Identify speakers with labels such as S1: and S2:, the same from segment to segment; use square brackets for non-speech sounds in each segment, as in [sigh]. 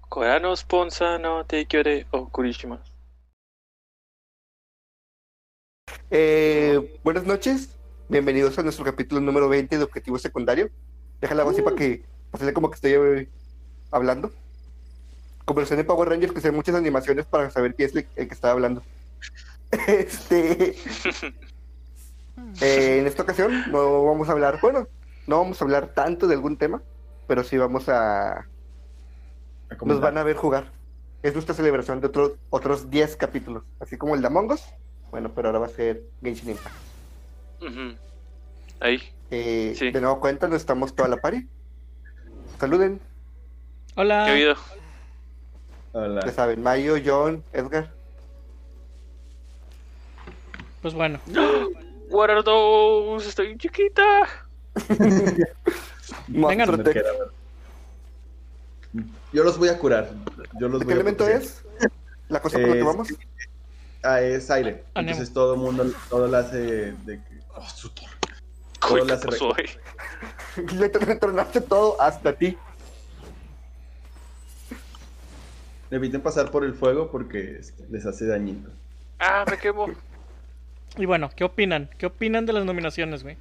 S1: Coreanos Ponza no te quiere o oh, Kurishima.
S2: Eh, buenas noches, bienvenidos a nuestro capítulo número 20 de Objetivo Secundario. Déjala así para que pase como que estoy eh, hablando. Conversación de Power Rangers, que se muchas animaciones para saber quién es el, el que está hablando. [laughs] este, eh, en esta ocasión no vamos a hablar, bueno, no vamos a hablar tanto de algún tema, pero sí vamos a...
S3: A
S2: Nos
S3: comentar.
S2: van a ver jugar. Es nuestra celebración de otros otros 10 capítulos, así como el de Among Us. Bueno, pero ahora va a ser Genshin Impact.
S1: Ujú. Ahí.
S2: Eh,
S1: Sí.
S2: De nuevo cuenta, no estamos toda la pari. Saluden,
S4: Hola.
S1: ¿Qué video?
S3: Hola.
S2: ya saben, Mayo, John, Edgar.
S4: Pues bueno,
S1: What are those? Estoy bien chiquita.
S4: Vengan.
S2: Monster Tech.
S3: Era, bueno. Yo los voy a curar. Yo los
S2: ¿De
S3: voy
S2: qué
S3: a
S2: elemento
S3: proteger.
S2: es? La cosa con la que
S3: Es-
S2: vamos. [laughs]
S3: Ah, es aire.
S4: Anemo.
S3: Entonces todo el mundo todo lo hace de que- Oh, su tor-
S1: Uy,
S3: Todo
S1: ¿Qué
S3: la hace
S1: pasó, eh?
S2: Le tro- tronaste todo hasta ti.
S3: Eviten pasar por el fuego porque este, les hace dañito.
S1: Ah, me quemo.
S4: y bueno, ¿qué opinan? ¿Qué opinan de las nominaciones, güey?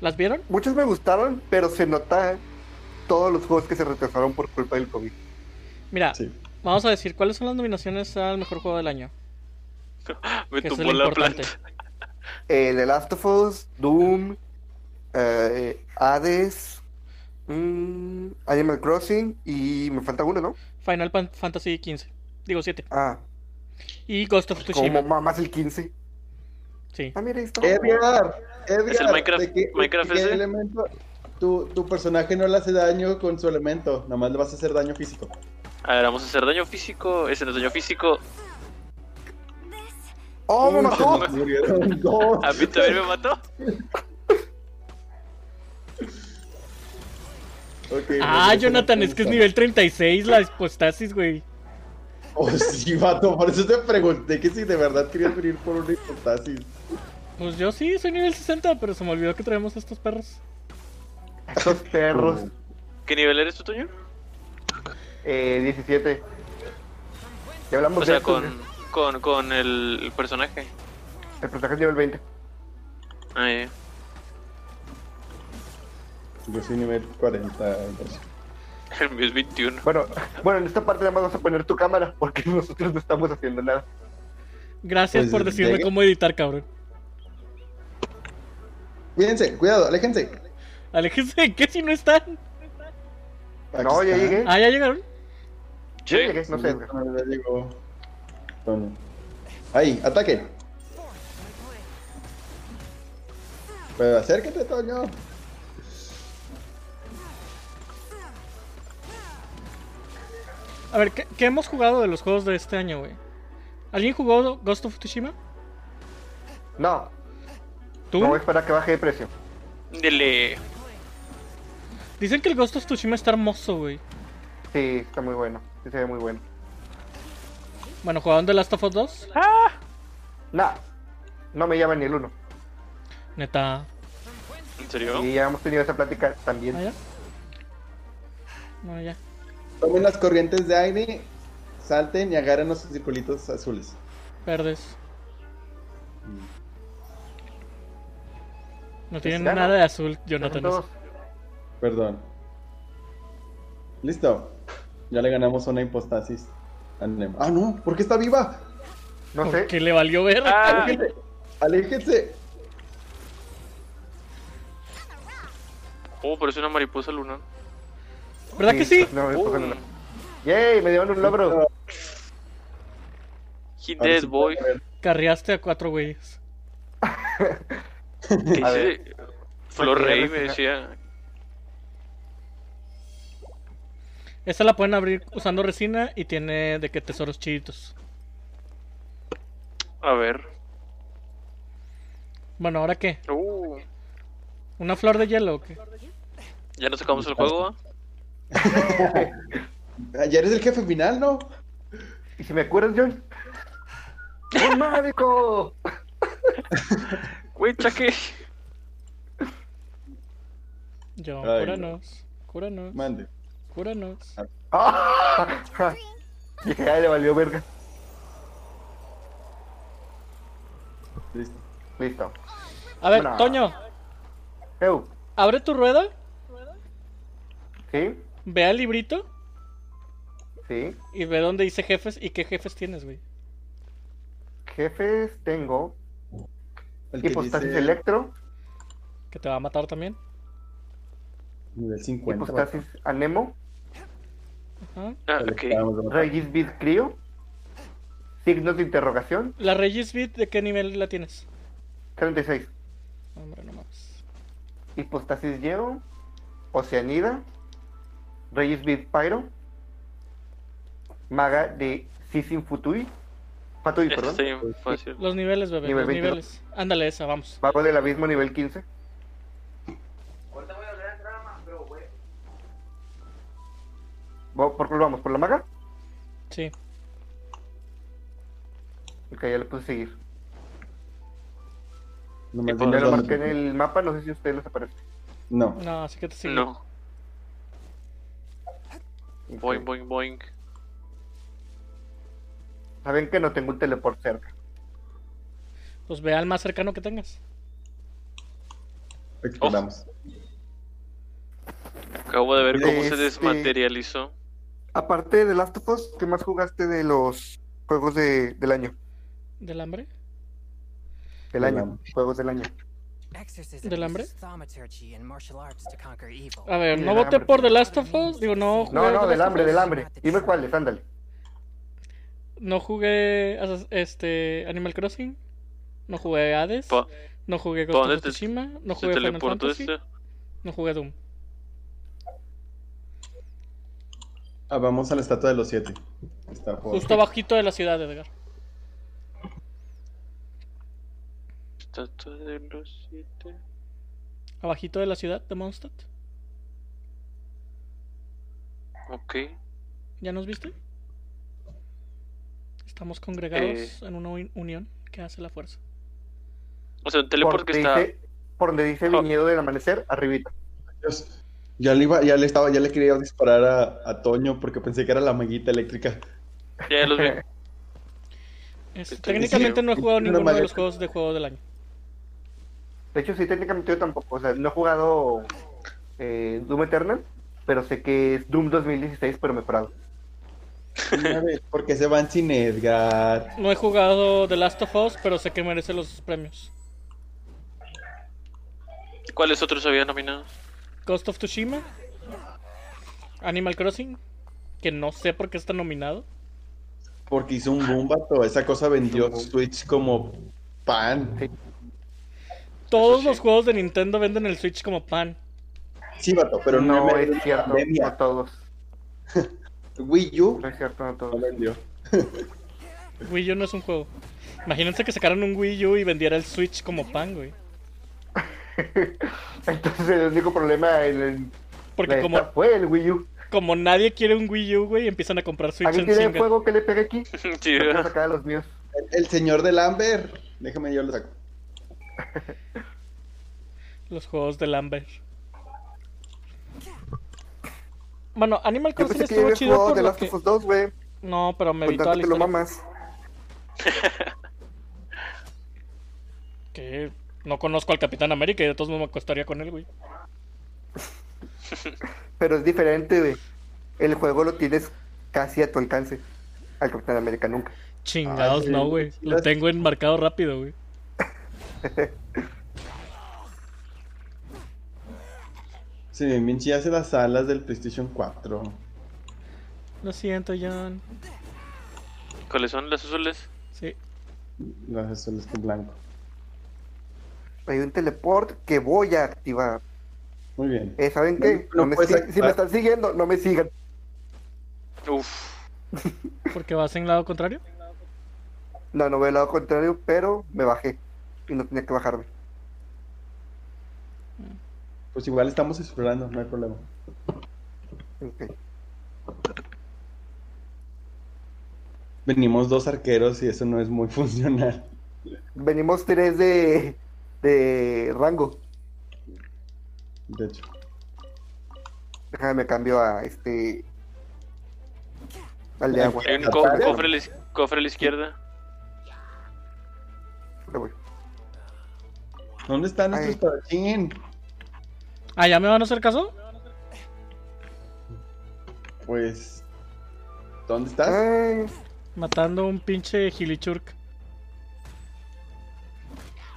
S4: ¿Las vieron?
S2: Muchos me gustaron, pero se nota todos los juegos que se retrasaron por culpa del COVID.
S4: Mira,
S3: Sí.
S4: vamos a decir cuáles son las nominaciones al mejor juego del año.
S1: Me
S4: Que es
S1: tumbó
S4: lo
S1: la
S4: importante.
S1: planta.
S2: Eh, The Last of Us, Doom, eh, Hades, mm, Animal Crossing y me falta uno, ¿no?
S4: Final Pan- Fantasy 15. Digo 7.
S2: Ah,
S4: Y Ghost of
S2: como
S4: Tsushima.
S2: mamás el 15.
S4: Sí.
S2: Ah, mira, ahí está.
S3: Eh, Edgar, Edgar,
S1: ¿Es el Minecraft-
S3: ¿de qué-
S1: Minecraft
S3: de qué
S1: ese?
S3: elemento? Tu, tu personaje no le hace daño con su elemento, nada más le vas a hacer daño físico.
S1: A ver, vamos a hacer daño físico. Ese no es daño físico.
S2: ¡Oh, me
S3: Uy,
S2: mató!
S3: se nos murieron
S1: [laughs]
S3: dos.
S1: A mí también me mató.
S3: Ok,
S4: Ah,
S3: regresemos
S4: Jonathan, es que es
S3: con-
S4: nivel 36 la hipostasis, güey.
S3: Oh, sí, vato, por eso te pregunté que si de verdad querías venir por una hipotasis.
S4: Pues yo sí, soy nivel 60, pero se me olvidó que traemos estos perros.
S2: Esos perros.
S1: ¿Qué nivel eres tú, Toño?
S2: Eh, 17. Ya hablamos
S1: O sea,
S2: de esto,
S1: con, con, con el, el personaje.
S2: El personaje es nivel 20.
S1: Ah, ya.
S3: Yo soy nivel 40. entonces.
S1: El mío es 21.
S2: Bueno, [laughs] bueno, en esta parte nada más vas a poner tu cámara porque [laughs] nosotros no estamos haciendo nada.
S4: Gracias
S3: Pues,
S4: por decirme
S3: ¿de qué?
S4: cómo editar, cabrón.
S3: Cuídense, cuidado, aléjense.
S4: Aléjense, [laughs] ¿qué si no están?
S3: Aquí
S2: no, ya
S3: está.
S2: llegué.
S4: Ah, ya llegaron.
S2: Yo
S1: Sí.
S2: llegué, no sé. Edgar.
S3: No, ya llegó. Bueno. Ahí, ataque. Pero acércate, Toño.
S4: A ver, ¿qué, qué hemos jugado de los juegos de este año, güey? ¿Alguien jugó Ghost of Tsushima?
S2: No,
S4: ¿Tú?
S2: no voy a esperar a que baje de precio.
S1: Dele.
S4: Dicen que el Ghost of Tsushima está hermoso, güey.
S2: Sí, está muy bueno. Sí, se ve muy bueno.
S4: Bueno, ¿jugaron The Last of Us 2?
S2: Nah, no me llama ni el uno.
S4: Neta.
S1: ¿En serio?
S2: Y ya hemos tenido esa plática también.
S4: ¿Ah, ya? No, ya.
S3: Tomen las corrientes de aire, salten y agarren los circulitos azules.
S4: Verdes. No tienen
S2: Cristiano.
S4: nada de azul,
S2: Ya son
S4: Jonathan.
S2: todos.
S3: Perdón. Listo. Ya le ganamos una impostasis a Nemo. Ah, no, ¿por qué está viva?
S2: No
S4: ¿Por
S2: sé.
S4: qué le valió ver?
S1: Ah,
S3: Aléjense. Aléjense.
S1: oh, pero es una mariposa luna.
S4: ¿Verdad que sí?
S2: No, me
S1: Oh,
S2: pongan una. ¡Yay! Me dieron un
S3: [laughs]
S2: logro.
S1: he
S3: Ahora
S1: dead
S3: sí
S1: boy.
S3: puede haber.
S4: Carreaste a cuatro güeyes.
S1: ¿Qué
S2: A
S1: dice? Flor
S2: Aquí ya
S1: Rey
S2: la
S1: me decía.
S4: Esa la pueden abrir usando resina y tiene de que tesoros chiditos.
S1: A ver.
S4: Bueno, ¿ahora qué?
S1: Uh,
S4: ¿Una flor de hielo o qué?
S1: ya nos sacamos el juego, ¿va?
S3: Ah, Ya eres el jefe final, ¿no?
S2: ¿Y si me curas, John? ¡Un médico!
S1: Güey,
S2: [laughs]
S1: chaque.
S4: Yo,
S3: Ay,
S4: cúranos. Cúranos.
S3: Mande.
S2: [laughs]
S4: Cúranos.
S2: ¡Ah! Dije, ya le valió verga.
S3: Listo.
S2: Listo.
S4: A ver,
S2: Nah.
S4: Toño,
S2: Eu,
S4: abre tu rueda,
S2: ¿sí?
S4: ve al librito
S2: Sí.
S4: y ve dónde dice jefes y qué jefes tienes, güey.
S2: Jefes tengo.
S3: El que
S2: Hipostasis
S3: dice
S2: electro.
S4: Que te va a matar también.
S3: nivel 50. vato.
S2: Hipostasis anemo.
S4: Ajá.
S1: Ah,
S3: Ya lo
S1: ok.
S3: acabamos de matar.
S2: Regis vid crío. Signos de interrogación.
S4: ¿La Regis Beat de qué nivel la tienes?
S2: 36.
S4: Hombre, no mames.
S2: Hipostasis hielo. Oceanida. Regis vid pyro. Maga de Sisin Futui. Fatui,
S1: Esto
S2: perdón.
S1: está bien fácil.
S4: Los niveles, bebé,
S2: Nivel
S4: los
S2: 22.
S4: niveles. Ándale, esa, vamos.
S2: Mago del abismo nivel 15. Va- ¿Por cuál vamos? ¿Por la maga?
S4: Sí.
S2: Ok, ya le puse seguir.
S3: Nomás
S2: Ya
S3: dinos
S2: lo
S3: dónde.
S2: marqué en el mapa, no sé si a ustedes les aparece.
S3: No.
S4: No, así que te sigue.
S1: No.
S2: Ok.
S1: Boing, boing, boing.
S2: Saben que no tengo un teleport cerca.
S4: Pues ve al más cercano que tengas.
S3: Exploramos.
S1: Acabo de ver cómo se
S2: Este-
S1: desmaterializó.
S2: Aparte de Last of Us, ¿qué más jugaste de los juegos de, del año?
S4: ¿Del hambre?
S2: Del
S3: Del
S2: año,
S3: año.
S2: juegos del año.
S5: Exorcism
S4: ¿Del hambre?
S5: uses thaumaturgy and martial arts to conquer evil.
S4: A ver,
S2: Sí,
S4: no
S2: del
S4: voté
S2: hambre.
S4: por The Last of Us. Digo, no jugué.
S2: No, no,
S4: The
S2: del
S4: Last of
S1: pues.
S2: hambre,
S4: Us.
S2: del hambre. Dime cuáles, ándale.
S4: No jugué Asas- este, Animal Crossing. No jugué Hades.
S1: Pa-
S4: no jugué
S1: ¿pa'
S4: Ghost
S1: dónde
S4: of
S1: te-
S4: Tsushima. No
S1: ¿Se
S4: jugué Final
S1: teleportó
S4: Fantasy.
S1: este?
S4: No jugué Doom.
S3: Ah, vamos a la estatua de los siete. Está por...
S4: Justo bajito de la ciudad, Edgar.
S1: Estatua de los siete.
S4: Abajito de la ciudad de Mondstadt.
S1: Ok.
S4: ¿Ya nos viste? Estamos congregados en una uni- unión que hace la fuerza.
S1: O sea, un
S2: Por
S1: teleport que
S2: donde
S1: está.
S2: dice, por donde dice
S1: Oh.
S2: viñedo del amanecer, arribita.
S3: Dios. Ya le iba, ya le estaba, ya le quería disparar a, a Toño porque pensé que era la maguita eléctrica.
S1: Ya ya los
S2: [laughs]
S1: vi.
S4: Este,
S1: Estoy
S4: técnicamente no he jugado
S3: Una
S4: ninguno de los
S3: maleta.
S4: juegos de juego del año.
S2: De hecho, sí, técnicamente yo tampoco. O sea, no he jugado eh, Doom Eternal, pero sé que es Doom 2016, pero mejorado.
S3: Una vez, porque se van sin Edgar.
S4: No he jugado The Last of Us, pero sé que merece los premios.
S1: ¿Cuáles otros había nominados? [laughs]
S4: Ghost of Tsushima, Animal Crossing, que no sé por qué está nominado.
S3: Porque hizo un boom, vato. Esa cosa vendió Switch como pan.
S4: Todos
S1: sí.
S4: los juegos de Nintendo venden el Switch como pan.
S3: Sí, vato, pero
S2: Pero no,
S3: no, me-
S2: es cierto,
S3: pandemia.
S2: no todos.
S3: Wii U
S2: No es cierto, no
S3: no
S2: todos.
S3: vendió.
S4: Wii U no es un juego. Imagínense que sacaran un Wii U y vendiera el Switch como pan, güey.
S2: Entonces, el único problema en el,
S4: Porque
S2: la
S4: como,
S2: esta fue el Wii U.
S4: como nadie quiere un Wii U, güey, empiezan a comprar Switch
S2: ¿Alguien
S4: en
S2: tiene
S4: chinga.
S2: fuego que le pegue aquí?
S1: sí,
S2: Yo quiero
S1: ¿verdad?
S2: sacar a los míos.
S3: El, el señor del Amber. Déjame yo lo saco.
S4: Los juegos de Lambert. Bueno, Animal
S2: Yo
S4: Crossing
S2: pensé que
S4: estuvo
S2: había
S4: chido
S2: jugado
S4: por
S2: de
S4: lo
S2: Last
S4: que...
S2: of Us 2, güey.
S4: No, pero me
S2: Con
S4: vi toda
S2: tanto
S4: la
S2: que lo
S4: historia.
S2: mamas.
S4: Que no conozco al Capitán América y de todos modos me acostaría con él, güey.
S2: Pero es diferente, güey. El juego lo tienes casi a tu alcance. Al Capitán América nunca.
S4: Chingados,
S3: Ay,
S4: no,
S3: güey,
S4: güey. Lo
S3: las-
S4: tengo enmarcado rápido, güey.
S3: Se ven bien chidas las alas del PlayStation 4.
S4: Lo siento, John.
S1: ¿Cuáles son las azules?
S4: Sí.
S3: Las azules con blanco.
S2: Hay un teleport que voy a activar.
S3: Muy bien.
S2: Eh, ¿Saben qué?
S3: No
S2: No me
S3: puedes ah.
S2: sig-
S3: activar.
S2: si me están siguiendo, no me sigan.
S1: Uf.
S4: Porque vas en lado contrario.
S2: No, no veo el lado contrario, pero me bajé. Y no tenía que bajarme.
S3: Pues igual estamos explorando, no hay problema.
S2: Ok.
S3: Venimos dos arqueros y eso no es muy [laughs] funcional.
S2: Venimos tres de, de rango.
S3: De hecho.
S2: Déjame me cambio a este Al de agua.
S1: Hay un co-
S3: Ataque.
S1: cofre, a la iz- cofre a la izquierda.
S2: Ahora voy.
S3: ¿Dónde está nuestro
S2: Ay.
S3: espadachín?
S4: Ah, ¿ya me van a hacer caso?
S3: Pues. ¿Dónde estás?
S2: Ay,
S4: Matando a un pinche gilichurk.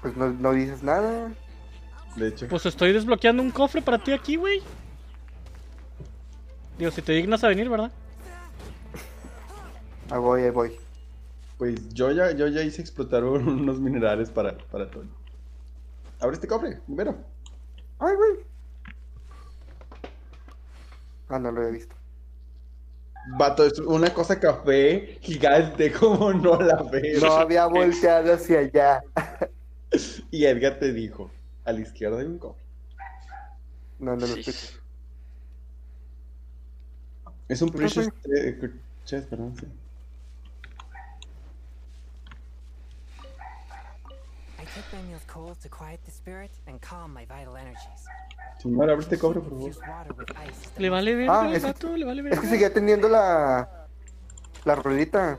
S2: pues no, no dices nada.
S3: De hecho.
S4: Pues estoy desbloqueando un cofre para ti aquí, güey. Digo, si te dignas a venir, ¿verdad?
S2: Ahí Ah, voy, ahí voy.
S3: Pues yo ya, yo ya hice explotar [laughs] unos minerales para, para Tony. Abre este cofre, primero.
S2: Ay, güey. Ah, no lo había visto.
S3: Vato, es una cosa café gigante, [laughs] como no la veo.
S2: No había volteado hacia allá.
S3: Y Edgar te dijo, a la izquierda hay un cofre.
S2: No, no lo
S1: Sí.
S2: escuché.
S3: Es un precious
S2: Ujú.
S3: eh, eh, chest, perdón, sí.
S5: I took Manuel's coal to quiet the spirit and calm my vital energies.
S3: Señor, abre este cofre, por favor.
S5: Infuse water with ice is the
S4: Le
S5: most-
S4: vale verga
S2: Ah,
S4: al
S2: es-
S4: vato, le vale
S2: Es que
S4: verga.
S2: seguía teniendo la. La ruedita.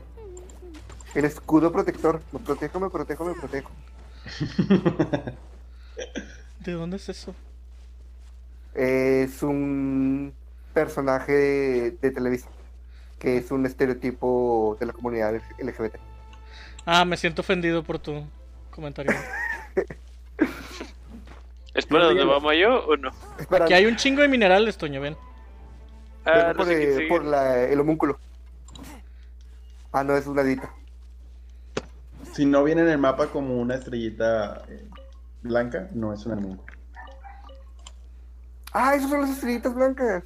S2: El escudo protector. Me protejo, me protejo, me protejo.
S4: ¿De dónde es eso?
S2: Es un personaje de, de Televisa. Que es un estereotipo de la comunidad LGBT.
S4: Ah, me siento ofendido por tu comentario.
S1: ¿Es para donde
S3: Dígame.
S1: vamos yo o no?
S2: Espera,
S4: Que hay un chingo de minerales, Toño, ven.
S1: Ah,
S2: vengo
S1: no
S2: por,
S1: sé quién
S2: eh,
S1: sigue.
S2: por la- el homúnculo. Ah, no, es una dita.
S3: Si no viene en el mapa como una estrellita eh, blanca, no es un amigo.
S2: Ah, esos son las estrellitas blancas.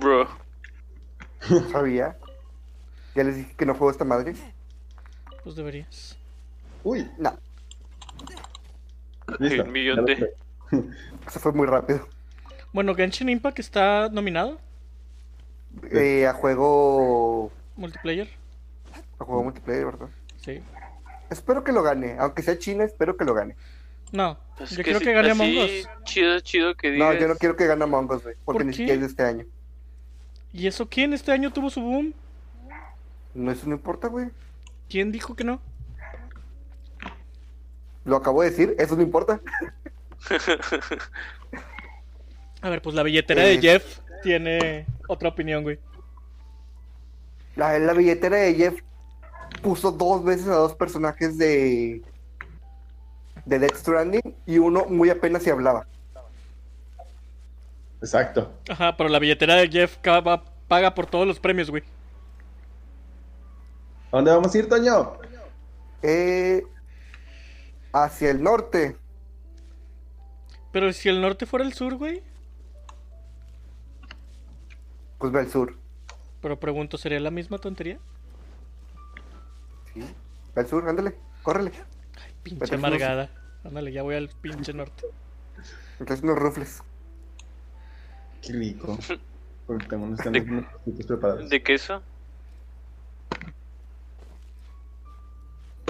S1: [laughs] Bro.
S2: No sabía. Ya les dije que no juego esta madre.
S4: Pues deberías.
S3: Uy,
S2: No,
S3: listo.
S1: Un millón de-
S3: Ya lo
S2: eso fue muy rápido.
S4: Bueno, Genshin Impact está nominado,
S2: Eh, a juego.
S4: multiplayer.
S2: A juego multiplayer, ¿verdad?
S4: Sí.
S2: Espero que lo gane. Aunque sea China, espero que lo gane.
S4: No,
S1: Pues
S4: yo creo
S1: si-
S4: que gane
S1: así,
S4: Among Us.
S1: Chido, chido que digas.
S2: No, yo no quiero que gane Among Us, güey. Porque
S4: ¿Por
S2: ni
S4: qué?
S2: siquiera es de este año.
S4: ¿Y eso quién este año tuvo su boom?
S2: No, eso no importa, güey.
S4: ¿Quién dijo que no?
S2: Lo acabo de decir, eso no importa.
S4: A ver, pues la billetera de
S2: Eh.
S4: Jeff tiene otra opinión, güey.
S2: La, la billetera de Jeff puso dos veces a dos personajes de. de Death Stranding y uno muy apenas se hablaba.
S3: Exacto.
S4: Ajá, pero la billetera de Jeff ca- va- paga por todos los premios, güey.
S3: ¿A dónde vamos a ir, Toño?
S2: Eh, hacia el norte.
S4: Pero si el norte fuera el sur, güey.
S2: Pues va al sur.
S4: Pero pregunto, ¿sería la misma tontería?
S2: Sí. Va al sur, ándale, córrele.
S4: Pinche
S2: Vete al sur.
S4: amargada. Ándale, ya voy al pinche norte.
S2: Entonces unos rufles.
S3: Qué rico. Porque tengo unos tenemos unos poquitos preparados.
S1: ¿De queso?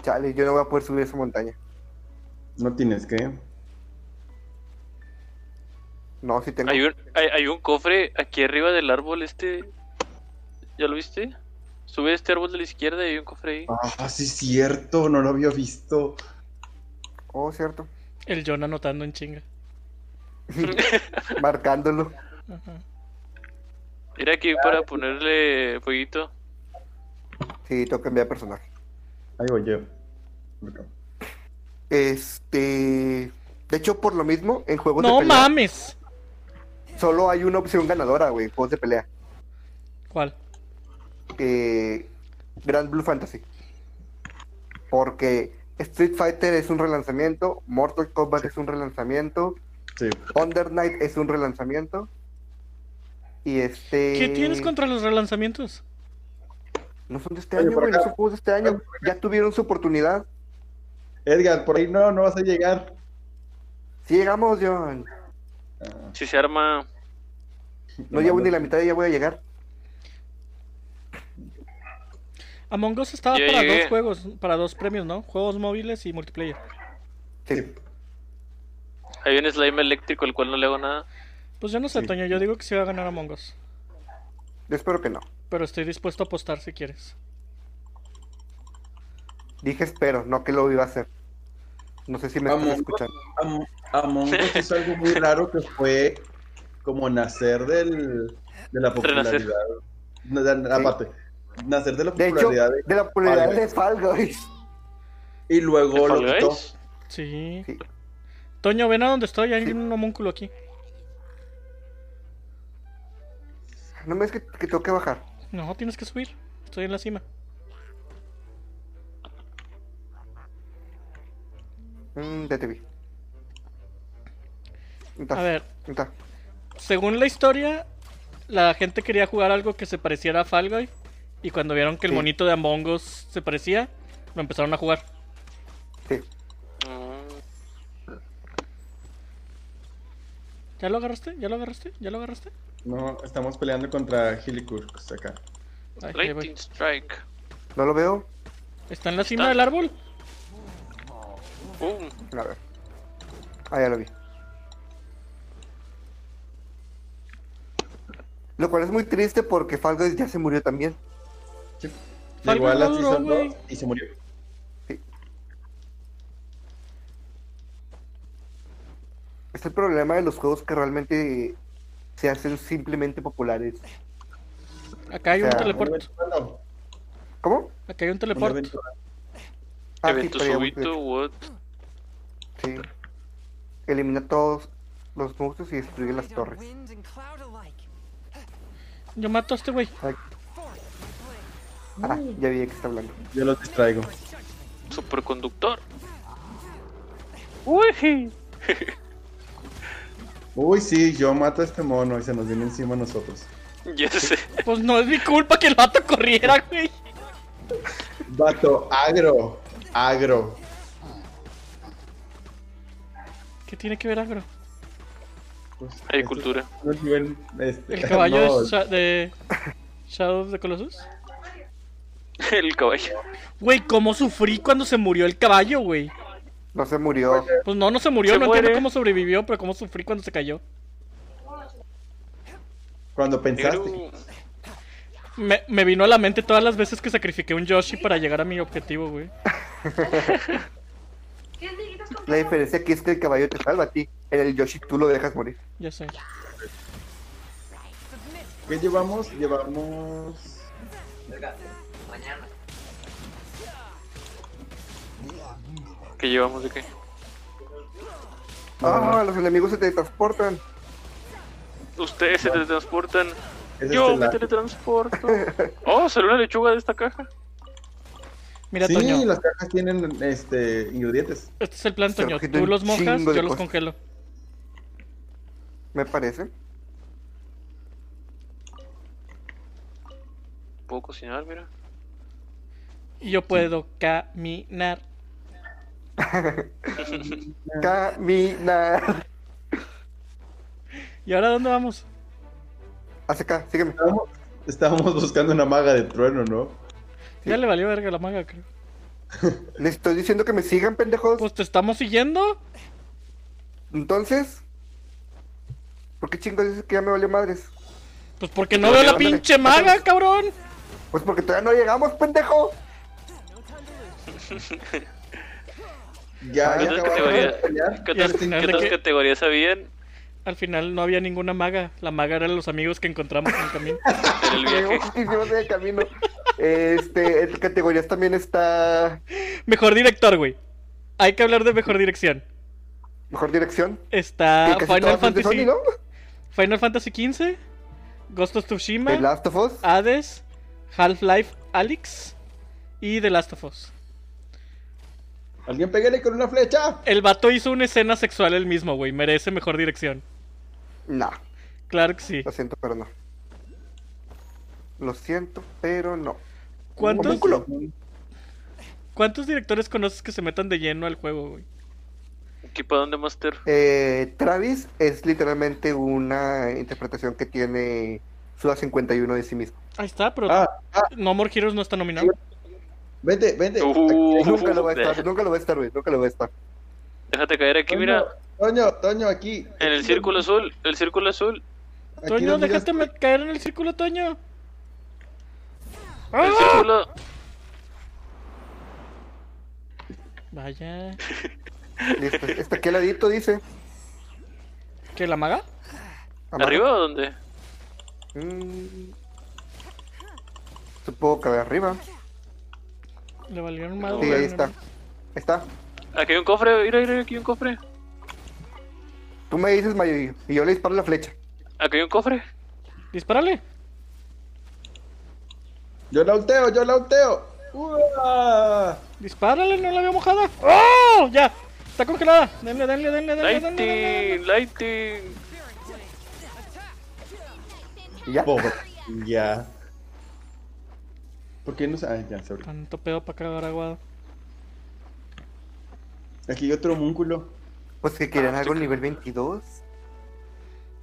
S2: Chale, yo no voy a poder subir esa montaña.
S3: No tienes que.
S2: No, si tengo.
S1: Hay un, hay, hay un cofre aquí arriba del árbol este. ¿Ya lo viste? Sube este árbol de la izquierda y hay un cofre ahí.
S3: Ah, sí, es cierto. No lo había visto.
S2: Oh, cierto. [laughs]
S4: El John anotando en chinga.
S2: Marcándolo.
S4: Ajá.
S1: Mira aquí para ponerle fueguito.
S2: Sí, tengo que cambiar de personaje.
S3: Ahí voy yo.
S2: Este. De hecho, por lo mismo, en juegos
S4: No
S2: de pelea
S4: mames.
S2: solo hay una opción ganadora, güey. en Juegos de pelea.
S4: ¿Cuál?
S2: Eh, Grand Blue Fantasy. Porque Street Fighter es un relanzamiento, Mortal Kombat es un relanzamiento,
S3: Sí.
S2: Thunder Knight es un relanzamiento. Y este.
S4: ¿Qué tienes contra los relanzamientos?
S2: No son de este
S3: Oye,
S2: año,
S3: por
S2: güey. No
S3: acá.
S2: son juegos de este año. Ya tuvieron su oportunidad.
S3: Edgar, por ahí no, no vas a llegar.
S2: Si llegamos, John.
S3: Ah,
S1: Si se arma.
S2: No llevo ni la mitad y ya voy a llegar.
S4: Among Us estaba
S1: Ya
S4: para
S1: llegué.
S4: dos juegos, para dos premios, ¿no? Juegos móviles y multiplayer.
S2: Sí.
S1: Hay un slime eléctrico al cual no le hago nada.
S4: Pues yo no sé,
S3: Sí.
S4: Toño, yo digo que sí va a ganar Among Us.
S2: Yo espero que no.
S4: Pero estoy dispuesto a apostar si quieres.
S2: Dije espero, no que lo iba a hacer. No sé si me están
S3: Among,
S2: escuchando.
S3: Am- Among Us es algo [laughs] muy raro que fue como nacer del, de la popularidad.
S1: Renacer.
S3: No, de- Aparte, nacer de la
S2: De hecho,
S3: popularidad de-
S2: de la popularidad
S3: Fall
S2: de Fall Guys.
S3: y luego
S1: ¿Fall
S3: lo quitó.
S1: Guys?
S4: Sí.
S2: Sí.
S4: Toño, ven a donde estoy, hay
S2: Sí.
S4: un homúnculo aquí.
S2: No me es que, que tengo que bajar.
S4: No, tienes que subir. Estoy en la cima.
S2: Mm, ya te vi. Entonces,
S4: A ver,
S2: entonces,
S4: según la historia, la gente quería jugar algo que se pareciera a Fall Guy, Y cuando vieron que el
S2: Sí.
S4: monito de Among Us se parecía, lo empezaron a jugar.
S2: sí.
S1: Mm,
S4: ¿Ya lo agarraste? ¿Ya lo agarraste? ¿Ya lo agarraste?
S3: No, estamos peleando contra Hillicurks acá.
S4: Ay, ahí voy.
S1: Rating Strike.
S2: No lo veo.
S4: ¿Está en la cima
S1: Está.
S4: del árbol?
S1: Boom.
S2: A ver. Ah, ya lo vi. Lo cual es muy triste porque Fall Guys ya se murió también.
S3: Llegó a la
S4: Falcon
S3: season
S4: Lauro, güey.
S3: dos y se murió.
S2: Es el problema de los juegos que realmente se hacen simplemente populares.
S4: Acá hay un
S2: O sea,
S4: teleport.
S3: Bueno,
S2: ¿Cómo? Ah,
S4: Acá hay un
S3: una
S4: teleport.
S3: aventura.
S1: Evento
S2: pero ya muy-
S1: súbito, what?
S2: Sí. Elimina todos los monstruos y destruye las
S5: Ride on
S2: torres.
S5: Wind and cloud alike.
S4: Yo mato a este güey.
S2: Ay,
S5: Forth with blade.
S2: ah, ya vi de qué está hablando.
S3: Yo los distraigo.
S5: With judgment.
S1: Superconductor. [laughs]
S4: Uy.
S3: Uy, sí, yo mato a este mono y se nos viene encima a nosotros.
S1: Ya sé.
S4: Pues no es mi culpa que el vato corriera, güey.
S3: Vato, agro, agro.
S4: ¿Qué tiene que ver agro?
S3: Pues,
S1: Agricultura.
S3: este- no es nivel,
S2: [laughs]
S3: este,
S4: El caballo
S3: no,
S4: de, Sha- de Shadow of the Colossus.
S2: Este.
S1: El caballo.
S4: Güey, ¿cómo sufrí cuando se murió el caballo, güey?
S2: No se murió.
S4: Pues no, no se murió,
S1: Se
S4: no
S1: muere.
S4: entiendo cómo sobrevivió, pero cómo sufrí cuando se cayó.
S3: Cuando pensaste.
S1: Negro.
S4: Me, me vino a la mente todas las veces que sacrifiqué un Yoshi para llegar a mi objetivo, güey.
S2: La diferencia aquí es que el caballo te salva a ti. En el Yoshi tú lo dejas morir.
S4: Ya sé.
S3: ¿Qué llevamos? Llevamos.
S1: ¿Qué llevamos de qué?
S2: Ah, los enemigos se te transportan.
S1: Ustedes se teletransportan.
S3: es este,
S1: Yo me
S3: estelar.
S1: teletransporto. Oh, salió una lechuga de esta caja.
S4: Mira,
S3: sí,
S4: Toño.
S3: las cajas tienen este ingredientes.
S4: Este es el plan,
S2: Se
S4: Toño.
S2: ojito
S4: Tú
S2: un
S4: los mojas,
S2: chingo de
S4: yo los
S2: cosas.
S4: congelo.
S2: Me parece.
S1: Puedo cocinar, mira.
S4: Y yo puedo caminar.
S2: [laughs] Caminar.
S4: ¿Y ahora dónde vamos?
S2: Hacia acá, sígueme.
S3: Estábamos, estábamos [laughs] buscando una maga de trueno, ¿no?
S4: Ya le valió verga la maga, creo.
S2: Les estoy diciendo que me sigan, pendejos.
S4: Pues te estamos siguiendo.
S2: Entonces, ¿por qué chingos dices que ya me valió madres?
S4: Pues porque no veo la pinche maga, cabrón.
S2: Pues porque todavía no llegamos, pendejo.
S3: Ya,
S2: Ah,
S3: ya
S1: ¿Cuántas
S3: acabaron de
S1: categorías,
S3: pelear.
S1: ¿qué
S4: Y al
S1: otras-
S4: final
S1: qué
S4: de
S1: otras
S4: que-
S1: categorías habían
S4: Al final no había ninguna maga. La maga eran los amigos que encontramos en el [laughs] camino.
S1: en el viaje?
S2: Llegamos muchísimos en el camino. Este, en categorías también está
S4: Mejor director, güey. Hay que hablar de mejor dirección.
S2: mejor dirección.
S4: Está
S2: que casi
S4: Ah, Final
S2: todas son de
S4: Fantasy,
S2: Sony, ¿no?
S4: Final Fantasy XV, Ghost of Tsushima,
S2: The Last of Us.
S4: Hades, Half-Life Alyx y The Last of Us.
S3: Alguien pégale con una flecha.
S4: El vato hizo una escena sexual el mismo, güey. Merece mejor dirección.
S2: No,
S4: Claro que sí.
S2: lo siento, pero no. Lo siento, pero no.
S4: ¿Cuántos,
S2: Homúnculo.
S4: ¿Cuántos directores conoces que se metan de lleno al juego, güey?
S1: ¿Qué para dónde, Master?
S2: Eh, Travis es literalmente una interpretación que tiene Suda 51 de sí mismo.
S4: Ahí está, pero
S3: Ah, ah,
S4: No More Heroes no está nominado.
S3: vete, vete.
S1: Uh,
S2: Nunca lo va a estar, nunca lo va a estar, güey, nunca lo va a estar.
S1: Déjate caer aquí, mira.
S3: Toño, Toño, aquí.
S1: En el círculo azul. El círculo azul.
S3: Aquí
S4: Toño,
S3: nos miras-
S4: déjate me- caer en el círculo, Toño.
S1: El
S4: Ah.
S1: círculo.
S4: Vaya.
S2: Listo. Está aquí al ladito, dice.
S4: ¿Qué, la maga?
S2: Abajo.
S1: ¿Arriba o dónde?
S2: Mm. Supongo que de arriba.
S4: Le valieron mal.
S2: Sí, ahí está. Ahí está.
S1: Aquí hay un cofre, mira, mira, aquí hay un cofre.
S2: Tú me dices, Mayo, y yo le disparo la flecha.
S1: Aquí hay un cofre.
S4: Dispárale.
S3: Yo la ulteo, yo la ulteo. ¡Ua!
S4: Dispárale, no la veo mojada. ¡Oh! Ya. Está congelada. Denle, denle, denle, denle. denle, denle,
S1: Lighting, lighting.
S2: Y ya.
S4: Oh.
S3: Pobre. Ya. ¿Por qué no se.? Ah, ya, se abrió.
S4: Tanto pedo para cagar aguado.
S3: Aquí hay otro múnculo.
S2: Pues que querían
S4: Ah,
S2: algo nivel 22.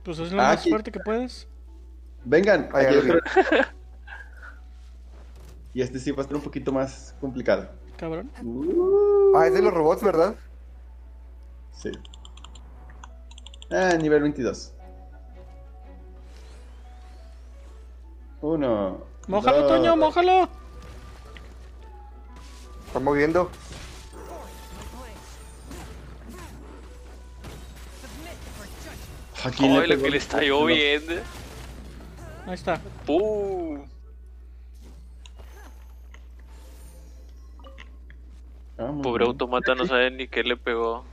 S4: Pues es lo
S3: Ah,
S4: más
S3: sí.
S4: fuerte que puedes.
S3: Vengan,
S2: Ay,
S3: aquí hay
S2: ay,
S3: otro. Y este sí va a estar un poquito más complicado.
S4: Cabrón.
S2: Ah, es de los robots, ¿verdad?
S3: Sí. Ah, nivel 22. Uno.
S4: Mójalo,
S3: dos.
S4: Toño, mójalo.
S2: Están moviendo.
S3: Aquí
S1: Ay, lo
S3: pegó
S1: que le
S3: el
S1: está
S3: músculo.
S1: lloviendo. Uh,
S4: Ahí está.
S1: ¡Pum!
S3: Ah, muy
S1: Pobre
S3: bien.
S1: automata, no sabe ni qué le pegó.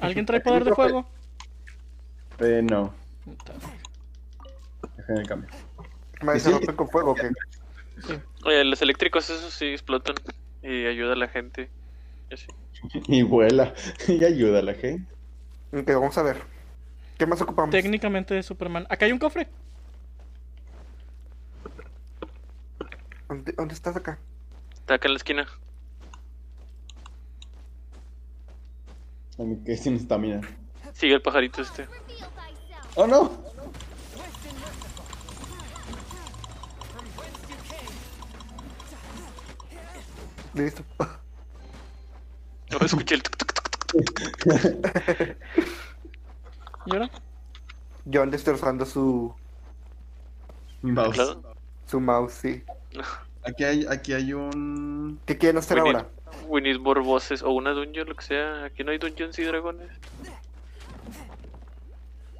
S4: ¿Alguien trae poder de fuego?
S3: Eh, no.
S4: Puta.
S3: Déjenme el cambio. [laughs]
S2: Me
S3: Sí.
S2: se rompen con fuego, que
S4: Sí.
S1: Oye, los eléctricos, esos sí explotan y ayuda a la gente. Y así.
S3: Y vuela. [laughs] Y ayuda a la gente.
S2: que vamos a ver. ¿Qué más ocupamos?
S4: Técnicamente de Superman. Acá hay un cofre.
S2: ¿Dónde, dónde estás acá?
S1: Está acá en la esquina.
S3: A mí que sin estamina.
S1: Sigue el pajarito este.
S6: Reveal thyself.
S3: ¡Oh, no!
S2: Listo. [laughs]
S1: No escuché el tuc, tuc, tuc.
S4: ¿Y ahora?
S2: Yo ando destrozando su,
S3: Mi mouse.
S1: Claro.
S2: su mouse, sí.
S3: Aquí hay, aquí hay un.
S2: ¿Qué quieren hacer
S1: We need-
S2: ahora?
S1: we need more bosses o una dungeon, lo que sea. Aquí no hay dungeons y dragones.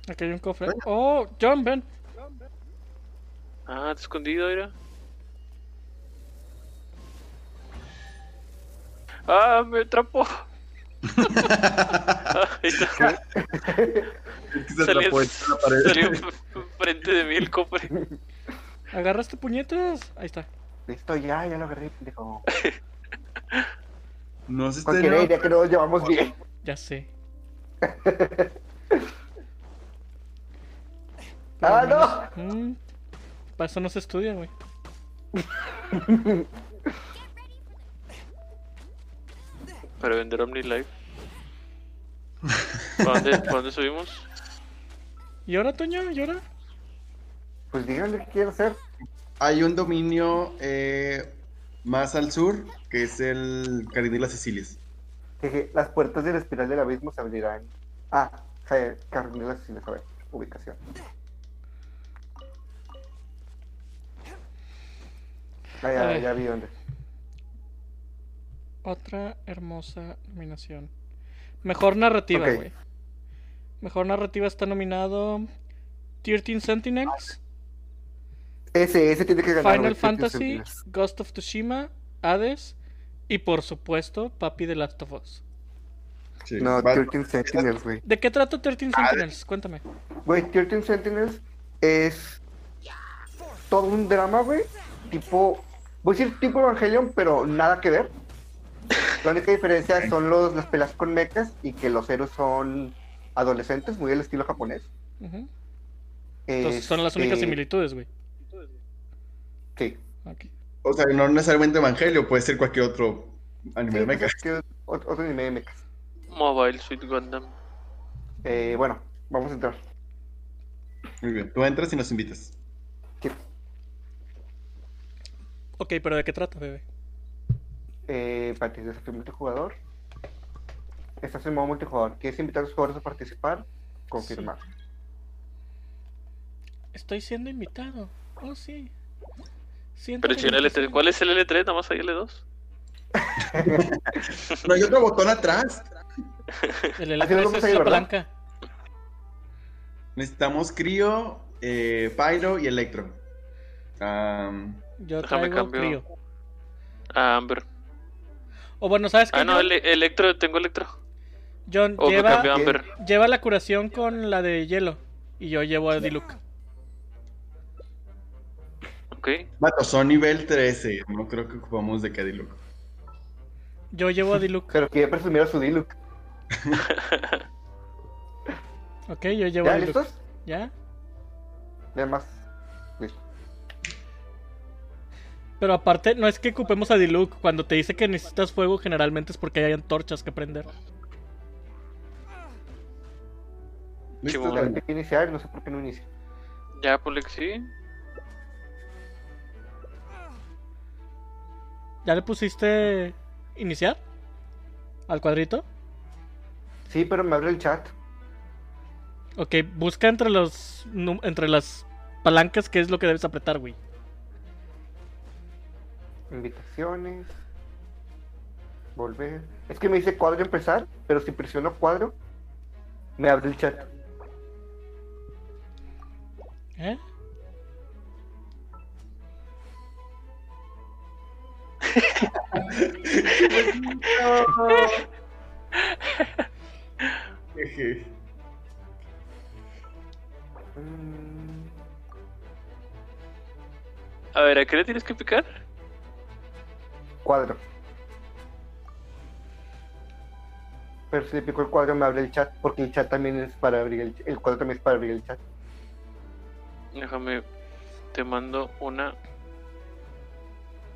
S4: Acá hay un cofre. Oh, John, ven.
S1: Ah, está escondido, mira. Ah, me atrapó. Ah, ahí está.
S3: Se
S1: Salió,
S3: atrapó en la pared.
S1: salió f- frente de mí el cofre.
S4: Agarraste este puñetas. Ahí está.
S2: Listo, ya, ya lo agarré, pendejo.
S3: [laughs] Este No se
S2: Cualquier
S3: esté.
S2: idea que no nos llevamos bien.
S3: [laughs]
S4: Ya sé.
S2: ¡Ah,
S4: Mm. Para eso no se estudia, güey.
S1: Para vender OmniLife. ¿Para dónde, para dónde subimos?
S4: ¿Y ahora, Toño? ¿Y ahora?
S2: no! Pues díganle qué quieren hacer.
S3: Hay un dominio eh, más al sur, que es el Carín de las Sicilias.
S2: Jeje, las puertas de la espiral del abismo se abrirán. Ah, Jair, Carnelas, sin saber. Ubicación. Ah,
S4: A
S2: ya,
S4: ver.
S2: ya vi dónde.
S4: Otra hermosa nominación. Mejor narrativa,
S2: Ok.
S4: güey. Mejor narrativa está nominado 13
S2: Ah,
S4: Sentinels,
S2: Ese, ese tiene que ganar. güey,
S4: Final
S2: sí,
S4: Fantasy,
S2: tiene sentido.
S4: Ghost of Tsushima, Hades y por supuesto Papi de Last of Us.
S3: Sí.
S2: No,
S3: Va-
S2: 13 Sentinels, güey.
S4: ¿De qué trata 13 Sentinels? Cuéntame.
S2: Güey, 13 Sentinels es todo un drama, güey. Tipo, voy a decir tipo Evangelion, pero nada que ver. La única diferencia son los, las pelas con mechas y que los héroes son adolescentes, muy del estilo japonés.
S4: Ujú. Entonces son las
S2: Este,
S4: únicas similitudes, güey.
S2: Sí.
S4: Ok.
S3: O sea, no necesariamente Evangelio, puede ser cualquier otro anime de
S2: Sí, pues
S3: mecha.
S2: es que ot- Otro anime de mechas.
S1: Mobile Suit Gundam.
S2: Eh, bueno, vamos a entrar.
S3: Muy bien, tú entras y
S1: [laughs]
S3: nos invitas.
S2: Sí.
S4: Ok, pero ¿de qué trata, bebé?
S2: Eh, espérate, desafío multijugador. Estás en modo multijugador. ¿Quieres invitar a los jugadores a participar? Confirmar.
S4: Estoy siendo invitado. Oh, sí.
S1: Presiona L3. ¿Cuál es el E L3? Nada más hay L2.
S3: No hay otro botón atrás.
S4: El
S2: [laughs] Así lo
S4: L3
S2: vamos
S4: es
S2: a
S4: la
S2: llevar, ¿verdad?
S4: palanca.
S3: Necesitamos Crío, eh, Pyro y Electro. Am,
S4: Yo
S1: Déjame
S4: traigo
S1: cambio.
S4: frío.
S1: Ah, Amber.
S4: O bueno, ¿sabes qué?
S1: Ah, no,
S4: John?
S1: el Electro, tengo Electro.
S4: John,
S1: O me
S4: lleva,
S1: cambió a Amber.
S4: lleva la curación con la de hielo. Y yo llevo a Diluc.
S1: Ok.
S3: Vato, son nivel 13. No creo que ocupamos de Cadillac.
S4: Yo llevo a Diluc.
S2: Pero quería presumir a su Diluc.
S4: Ok, yo llevo a
S2: ¿Ya
S4: Diluc.
S2: listos?
S4: ¿Ya?
S2: Nada más.
S4: Pero aparte, no es que ocupemos a Diluc. Cuando te dice que necesitas fuego, generalmente es porque hay antorchas que prender.
S3: Listo,
S1: bueno.
S2: La
S3: Dani.
S2: gente que iniciar, no sé por qué no inicia.
S1: Ya, ponle que sí.
S4: ¿Ya le pusiste iniciar? ¿Al cuadrito?
S2: Sí, pero me abre el chat.
S4: Ok, busca entre los nu- entre las palancas qué es lo que debes apretar, güey.
S2: Invitaciones. Volver. Es que me dice cuadro empezar, pero si presiono cuadro, me abre el chat.
S4: ¿Eh?
S3: [laughs] Jeje.
S2: Mm,
S1: A ver, ¿a qué le tienes que picar?
S2: cuadro. Pero si le pico el cuadro, me abre el chat, porque el chat también es para abrir el, el cuadro también es para abrir el chat.
S1: Déjame. Te mando una.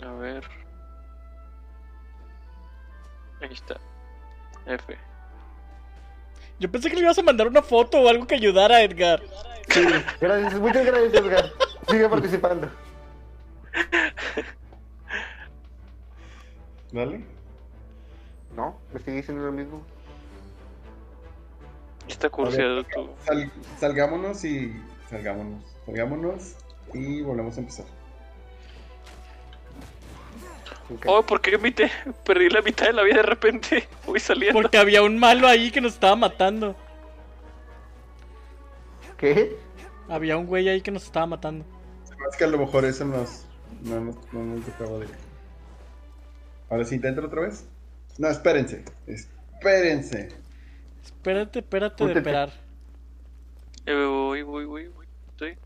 S1: A ver. Ahí está. F.
S4: Yo pensé que le ibas a mandar una foto o algo que ayudara a Edgar.
S2: Sí, gracias, muchas gracias, Edgar. Sigue participando.
S3: Dale.
S2: No, me sigue diciendo lo mismo.
S1: Está cursiado tú.
S3: Sal- salgámonos y. Salgámonos. Salgámonos y volvemos a empezar.
S2: Ok.
S1: Oh, ¿por qué mite? [laughs] Perdí la mitad de la vida de repente. [laughs] Voy saliendo.
S4: Porque había un malo ahí que nos estaba matando.
S2: ¿Qué?
S4: Había un güey ahí que nos estaba matando.
S3: Es que a lo mejor eso nos. No nos, no nos dejaba de. Ahora sí, intento otra vez. No, espérense. Espérense.
S4: Espérate, espérate de
S2: Ponte-
S4: esperar.
S1: Eh, voy, voy, voy, voy. Estoy.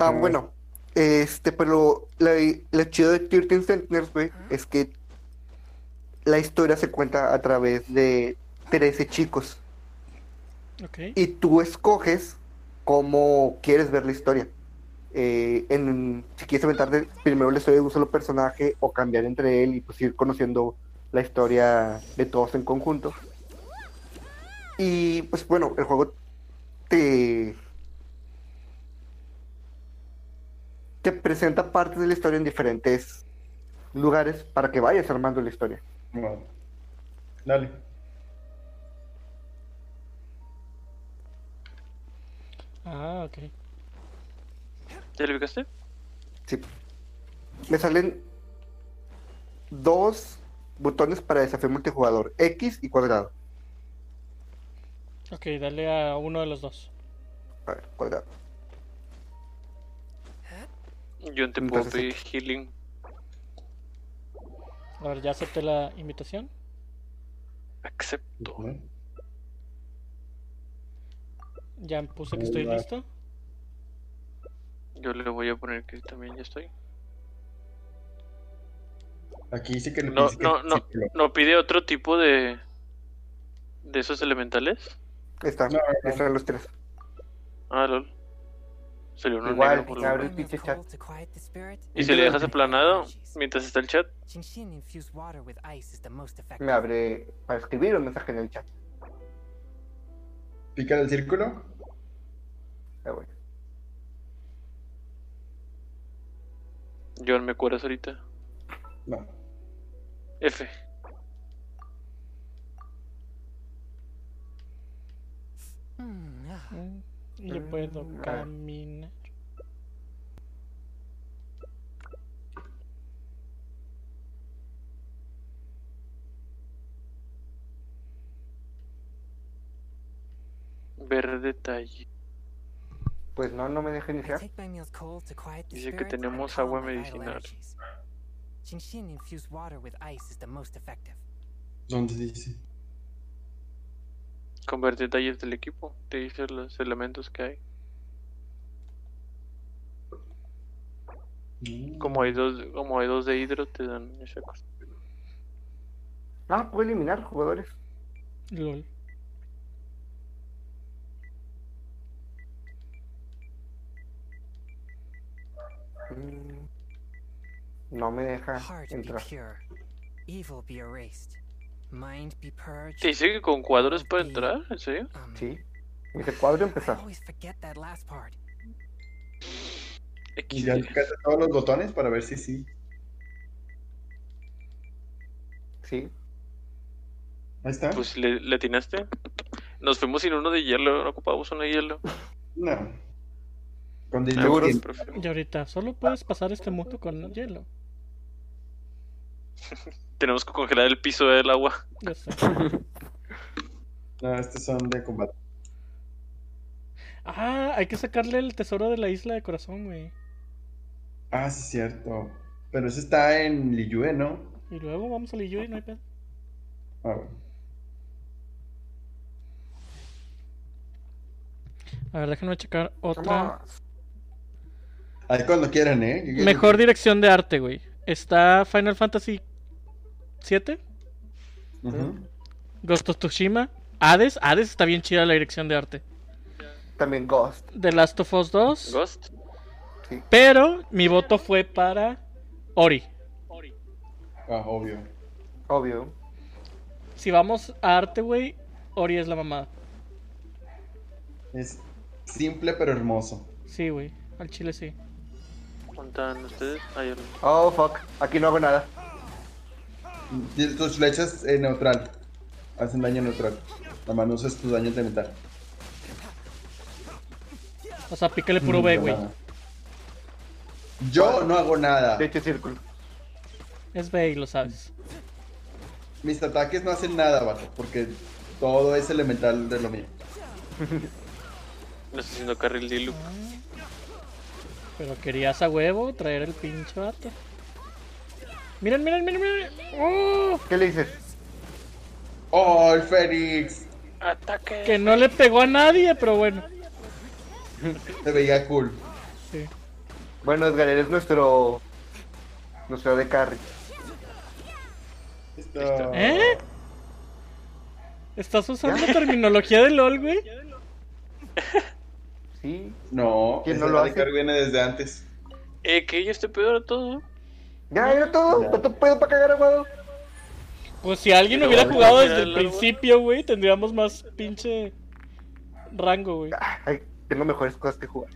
S2: Ah,
S3: Ajá.
S2: bueno. Este, pero la, la chida de 13 Sentinels, güey, es que la historia se cuenta a través de 13 chicos.
S4: Ok.
S2: Y tú escoges cómo quieres ver la historia. Eh, en, si quieres aventar de- primero la historia de un solo personaje o cambiar entre él y pues ir conociendo la historia de todos en conjunto. Y pues bueno, el juego te, te presenta partes de la historia en diferentes lugares para que vayas armando la historia.
S3: Bueno, Dale.
S4: Ah, ok.
S1: ¿Ya le picaste?
S2: Sí. Me salen dos botones para desafío multijugador, X y cuadrado.
S4: Ok, dale a uno de los dos.
S2: A ver, cuadrado.
S1: Yo te puedo
S2: Entonces,
S1: pedir healing.
S4: A ver, ya acepté la invitación.
S1: Acepto.
S4: Ya puse que estoy
S3: Hola.
S4: listo.
S1: Yo le voy a poner que también ya estoy.
S3: Aquí dice que le
S1: No,
S3: dice que-
S1: no, no. ¿No pide otro tipo de. de esos elementales?
S2: Ahí Está,
S3: No, no, no.
S2: están los tres.
S1: Ah, lol. Salió uno
S2: Igual,
S1: negro por lo
S2: abre
S1: menos.
S2: el pinche chat.
S1: Y si le dejas aplanado mientras está el chat,
S2: Me abre para escribir un mensaje en el chat.
S3: Pica el círculo.
S2: Ahí voy.
S1: John, me curas ahorita.
S3: No.
S1: F.
S4: Mm, Yo puedo Mm,
S2: Mm, a ver.
S4: caminar.
S1: Ver detalle.
S2: Pues no, no me deja
S5: I
S2: iniciar.
S5: take my meals cold to quiet the
S1: Dice que
S5: spirit and
S1: tenemos
S5: calm
S1: agua
S5: my vital
S1: medicinal.
S5: energies. Xinxin infused water with ice is the most effective.
S3: ¿Dónde dice?
S1: Con ver detalles del equipo. Te dice los elementos que hay.
S3: No.
S1: Como hay dos, como hay dos de hidro, te dan esa cosa.
S2: Ah, puedo eliminar jugadores.
S4: LOL.
S2: Mm. No me deja
S5: Heart be
S2: entrar.
S5: pure. Evil be erased. Mind be purged.
S1: ¿Te dice que con cuadros para entrar? ¿En serio?
S5: Um,
S2: Sí. Me dice cuadro
S5: I
S2: empezar.
S5: always forget that last part.
S3: Y ya
S1: XD.
S3: tocaste todos los botones para ver si sí.
S2: Sí.
S3: Ahí está.
S1: Pues le, le atinaste. Nos fuimos sin uno de hielo, no ocupábamos uno de hielo.
S3: No. Con
S1: Ah,
S2: Seguro.
S1: bueno, profe.
S4: Y ahorita, solo puedes pasar este mundo con hielo.
S1: Tenemos que congelar el piso del agua.
S4: Ya sé.
S3: No, estos son de combate.
S4: Ah, hay que sacarle el tesoro de la isla de corazón, güey.
S3: Ah, sí, cierto. Pero eso está en Liyue, ¿no?
S4: Y luego vamos a Liyue y no hay pedo.
S3: Ah, bueno.
S4: A ver, déjenme checar otra.
S2: Vamos.
S3: Ahí cuando quieran, ¿eh? Yo- yo-
S4: Mejor dirección de arte, güey. Está Final Fantasy VII,
S3: Ujú.
S4: Ghost of Tsushima, Hades. Hades está bien chida la dirección de arte.
S2: También Ghost.
S4: The Last of Us 2.
S1: Ghost.
S4: Pero mi voto fue para Ori.
S3: Ah, obvio.
S2: Obvio.
S4: Si vamos a arte, güey, Ori es la mamada.
S3: Es simple pero hermoso.
S4: Sí, güey. Al chile sí.
S1: ¿Montan ustedes? Ah, ya lo-
S2: Oh, fuck. Aquí no hago nada.
S3: Y Tus flechas eh, neutral. Hacen daño neutral. La mano usas tus daños de metal.
S4: O sea, pícale puro
S3: Mm,
S4: B,
S3: no
S4: güey.
S3: nada. Yo no hago nada.
S2: De hecho, círculo.
S4: Es B y lo sabes.
S3: Mis ataques no hacen nada, vato, porque todo es elemental de lo mío.
S1: No estoy haciendo carril de
S4: Ah. Pero querías a huevo traer el pinche vato. Miren, miren, miren, miren. ¡Oh!
S2: ¿Qué le dices?
S3: ¡Oh, el Fénix!
S1: ¡Ataque!
S4: Que no le pegó a nadie, pero bueno.
S3: Se veía cool.
S4: Sí.
S2: Bueno, Edgar, eres nuestro. Nuestro de carry.
S3: Esto-
S4: ¿Eh? ¿Estás usando terminología de LOL, güey?
S2: Sí.
S3: No,
S2: ¿Quién
S3: ese
S2: no lo
S3: Radical
S2: hace?
S3: viene desde antes.
S1: Eh, que yo estoy peor a todo.
S2: Ya, era todo.
S3: Ya.
S2: No te puedo para cagar, aguado.
S4: Pues si alguien hubiera
S1: Pero,
S4: jugado
S1: mira,
S4: desde el
S1: el
S4: principio, güey, tendríamos más pinche rango, güey.
S2: Ay, tengo mejores cosas que jugar.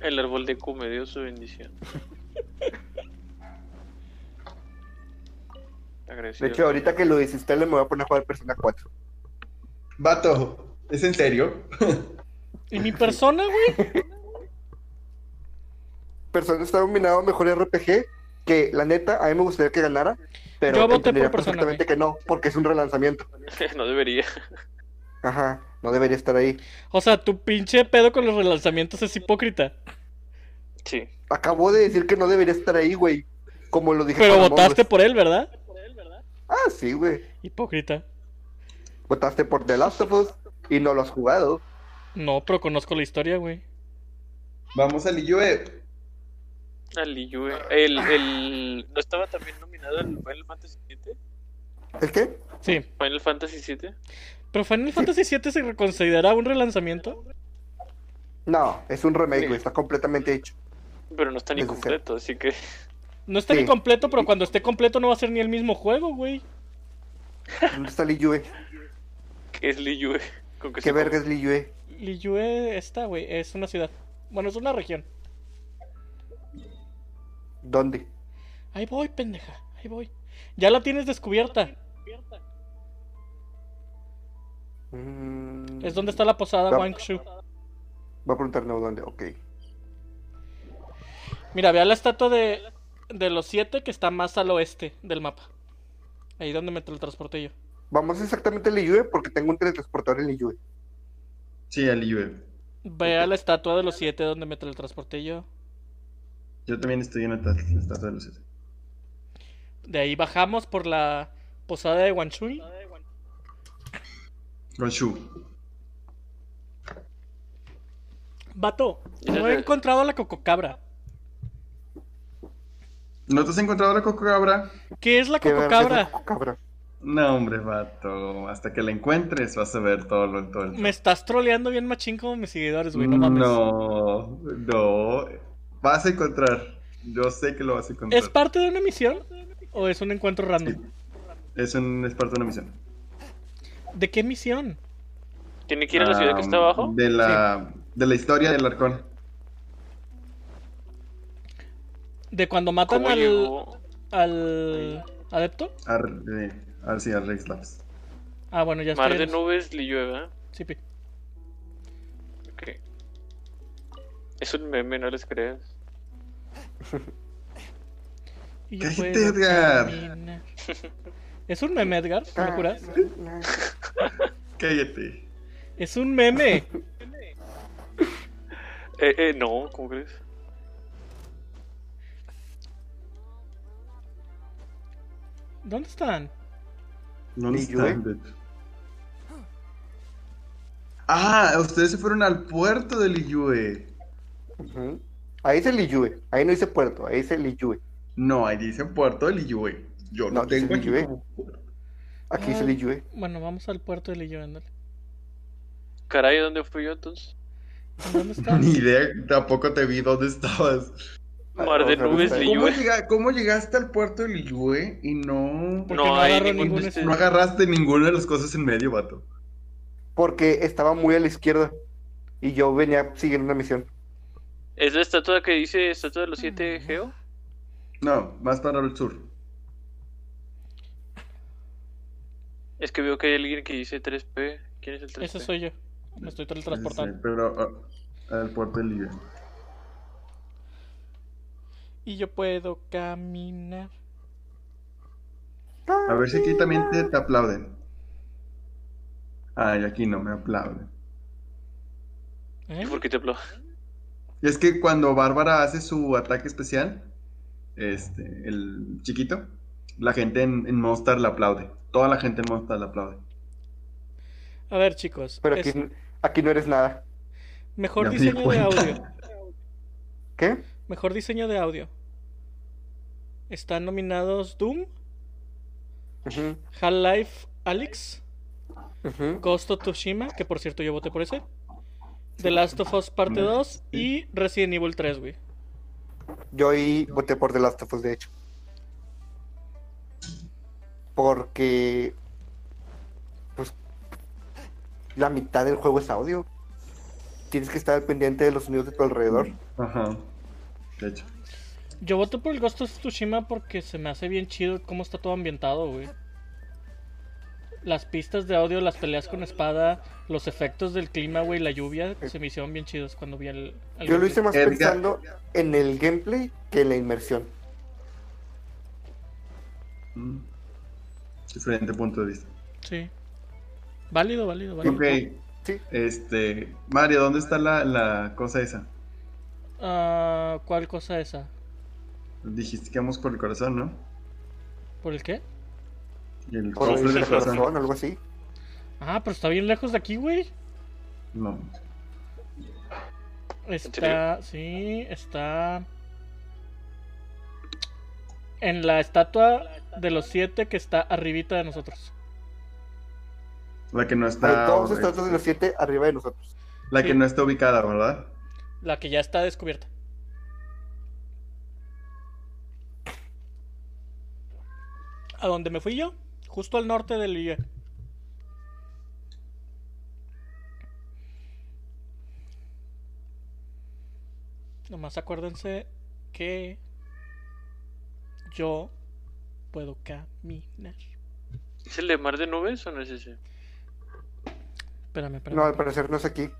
S1: El árbol de Q me dio su bendición.
S2: De
S1: Agradecido.
S2: hecho, ahorita que lo desinstale, me voy a poner a jugar Persona 4.
S3: Vato, ¿es en serio?
S4: ¿Y mi persona, güey?
S2: Persona está nominado a mejor RPG. Que la neta, a mí me gustaría que ganara. Pero
S4: Yo voté por
S2: entendería
S4: Persona,
S2: perfectamente que no, porque es un relanzamiento.
S1: [laughs] no debería. [laughs]
S2: Ajá, no debería estar ahí.
S4: O sea, tu pinche pedo con los relanzamientos es hipócrita.
S1: Sí.
S2: Acabo de decir que no debería estar ahí, güey. Como lo dije.
S4: Pero
S2: para
S4: votaste
S2: Among Us.
S4: por él, ¿verdad?
S2: Ah, sí, güey.
S4: Hipócrita.
S2: Votaste por The Last of Us y no lo has jugado.
S4: No, pero conozco la historia, güey.
S3: Vamos al IUE.
S1: Ali Yue. El, el... ¿No estaba también nominado el Final Fantasy VII?
S2: ¿El qué?
S4: Sí.
S1: Final Fantasy VII.
S4: ¿Pero Final Fantasy VII se reconsidera un relanzamiento?
S2: No, es un remake, güey. Está completamente hecho.
S1: Pero no está ni
S2: Desde
S1: completo, así que. [laughs]
S4: No está ni
S2: Sí.
S4: completo, pero cuando esté completo no va a ser ni el mismo juego, güey.
S2: ¿Dónde está Li Yue?
S1: ¿Qué es Li Yue? Con que
S2: ¿Qué
S1: se-
S2: verga es Li Yue?
S4: Liyue está, güey. Es una ciudad. Bueno, es una región.
S2: ¿Dónde?
S4: Ahí voy, pendeja. Ahí voy. Ya la tienes descubierta.
S2: Mm,
S4: Es donde está la posada
S2: No.
S4: Wangshu.
S2: Mm. Voy a preguntar, no, ¿dónde? Ok.
S4: Mira, vea la estatua de, de los siete que está más al oeste del mapa. Ahí donde me teletransporté yo.
S2: Vamos exactamente a Li Yue porque tengo un teletransportador en Li Yue.
S3: Sí, al nivel.
S4: Ve a la estatua de los siete donde me teletransporté yo.
S3: Yo también estoy en la ta- la estatua de los siete.
S4: De ahí bajamos por la posada de Wanshui.
S3: Ronshu.
S4: Vato,
S1: Y
S4: no
S1: desde-
S4: he encontrado a la cococabra.
S3: ¿No te has encontrado la cococabra?
S4: ¿Qué es la
S2: Qué verga es la
S4: cococabra?
S2: cococabra.
S3: No, hombre, vato. Hasta que la encuentres vas a ver todo lo todo el-
S4: Me estás troleando bien machín como mis seguidores, güey. No mames.
S3: No, no. Vas a encontrar. Yo sé que lo vas a encontrar.
S4: ¿Es parte de una misión o es un encuentro
S3: Sí.
S4: random?
S3: Es un es parte de una misión.
S4: ¿De qué misión?
S1: ¿Tiene que ir a la ciudad que está
S3: Ah,
S1: abajo?
S3: De la, de la historia del arcón.
S4: ¿De cuando matan
S1: ¿Cómo
S4: al,
S1: llegó?
S4: al adepto?
S3: Ar, eh, ar- sí, al Rex Labs.
S4: Ah, bueno, ya
S1: Mar
S4: estoy
S1: de
S4: en-
S1: nubes, Liyue, ¿eh?
S4: Sí, pi.
S1: Ok. Es un meme, no les creas.
S4: Y
S3: ¡Cállate,
S4: puedo
S3: Edgar!
S4: caminar. ¿Es un meme, Edgar? ¿Me lo juras?
S3: Cállate.
S4: ¡Es un meme!
S1: Eh, eh, no, ¿cómo crees?
S4: ¿Dónde están?
S3: No nos
S2: ¿Y yo, eh?
S3: están, de hecho. Ah, ustedes se fueron al puerto del Liyue.
S2: Ujú. Ahí dice Liyue, ahí no dice puerto, ahí dice Liyue.
S3: No, ahí dicen puerto del Liyue. Yo no,
S2: No, dice
S3: tengo aquí
S2: Liyue.
S3: como puerto.
S2: Aquí dice
S4: Ah.
S2: Liyue.
S4: Bueno, vamos al puerto de Lillo, ándale.
S1: Caray, ¿dónde fui yo entonces?
S3: [laughs]
S4: ¿En ¿Dónde
S3: [laughs]
S4: están?
S3: Ni idea, tampoco te vi dónde estabas.
S1: Mar de
S2: o sea,
S1: nubes,
S2: ¿cómo
S3: ¿Cómo,
S1: Liyue.
S3: llega- cómo llegaste al puerto del Liyue y no...
S4: Porque
S1: No
S4: no,
S1: hay
S4: agarro
S1: ningún
S4: ningún...
S1: este-
S3: No agarraste ninguna de las cosas en medio, vato.
S2: Porque estaba muy a la izquierda y yo venía siguiendo una misión.
S1: ¿Es la estatua que dice estatua de los
S4: Mm.
S1: siete Geo?
S3: No, más para el sur.
S1: Es que veo que hay alguien que dice 3P. ¿Quién es el 3P?
S4: Ese soy yo. Me estoy teletransportando.
S3: Sí, Este, pero ah, al puerto del Liyue.
S4: Y yo puedo caminar.
S3: A ver si aquí también te, te aplauden. Ay, aquí no me aplauden.
S4: ¿Eh?
S1: ¿Y por qué te aplaudo?
S3: Y es que cuando Bárbara hace su ataque especial, este, el chiquito, la gente en, en Monster la aplaude. Toda la gente en Monster la aplaude.
S4: A ver, chicos.
S2: Pero aquí,
S4: es
S2: aquí no eres nada.
S4: Mejor
S3: Ya me di
S4: diseño de
S3: cuenta.
S4: audio.
S2: ¿Qué?
S4: Mejor diseño de audio. Están nominados Doom,
S2: Ujú,
S4: Half-Life Alyx,
S2: ujú.
S4: Ghost of Tsushima, que por cierto yo voté por ese, The Last of Us Parte
S3: Sí.
S4: 2 y Resident Evil 3, güey.
S2: Yo ahí voté por The Last of Us, de hecho. Porque. Pues. La mitad del juego es audio. Tienes que estar al pendiente de los sonidos de tu alrededor.
S3: Ajá. De hecho.
S4: Yo voté por el Ghost of Tsushima porque se me hace bien chido cómo está todo ambientado, güey. Las pistas de audio, las peleas con espada, los efectos del clima, güey, la lluvia, se me hicieron bien chidos cuando vi el... el
S2: Yo lo
S4: gameplay.
S2: hice más
S3: Edgar.
S2: pensando en el gameplay que en la inmersión.
S3: Mm. Diferente punto de vista.
S4: Sí. Válido, válido, válido.
S3: Ok,
S2: Sí.
S3: este, Mario, ¿dónde está la, la cosa esa?
S4: Ah, ¿Cuál cosa esa?
S3: Dijiste que vamos por el corazón, ¿no?
S4: ¿Por el qué?
S3: El
S2: Por
S3: cofre
S2: el
S3: del corazón.
S2: corazón, algo así.
S4: Ah, pero está bien lejos de aquí, güey.
S3: No.
S4: Está, sí, está en la estatua de los siete que está arribita de nosotros.
S3: La que no
S2: Hay
S3: está.
S2: dos estatuas de los siete arriba de nosotros.
S3: La que
S4: Sí.
S3: no está ubicada, ¿verdad?
S4: La que ya está descubierta. ¿A dónde me fui yo? Justo al norte del Lille. Nomás acuérdense que yo puedo caminar.
S1: ¿Es el de Mar de Nubes o no es ese?
S4: Espérame, espérame.
S2: No, al parecer no es aquí.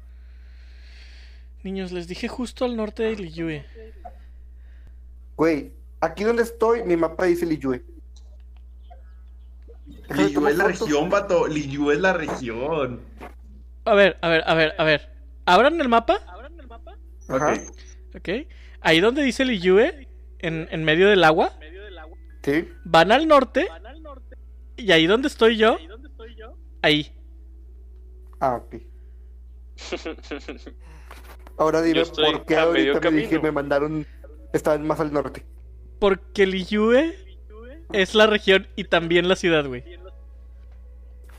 S4: Niños, les dije justo al norte de Liyue.
S2: Güey, aquí donde estoy, mi mapa dice Liyue. Déjame
S3: Liyue
S2: tomar
S3: es la
S2: fotos.
S3: región, vato. Liyue es la región.
S4: Ah, a ver, a ver, a ver, a ver. Abran el mapa,
S2: Ajá.
S3: Ok.
S4: ¿ok? Ahí donde dice el Iyue, en, en medio del agua,
S2: Sí.
S4: van al norte. Y ahí donde estoy yo, ahí.
S2: Ah,
S1: [laughs]
S2: ok. Ahora dime
S1: Yo estoy
S2: por qué
S1: a medio
S2: ahorita me dije
S1: camino.
S2: me mandaron. Estaban más al norte.
S4: Porque el Iyue es la región y también la ciudad, güey.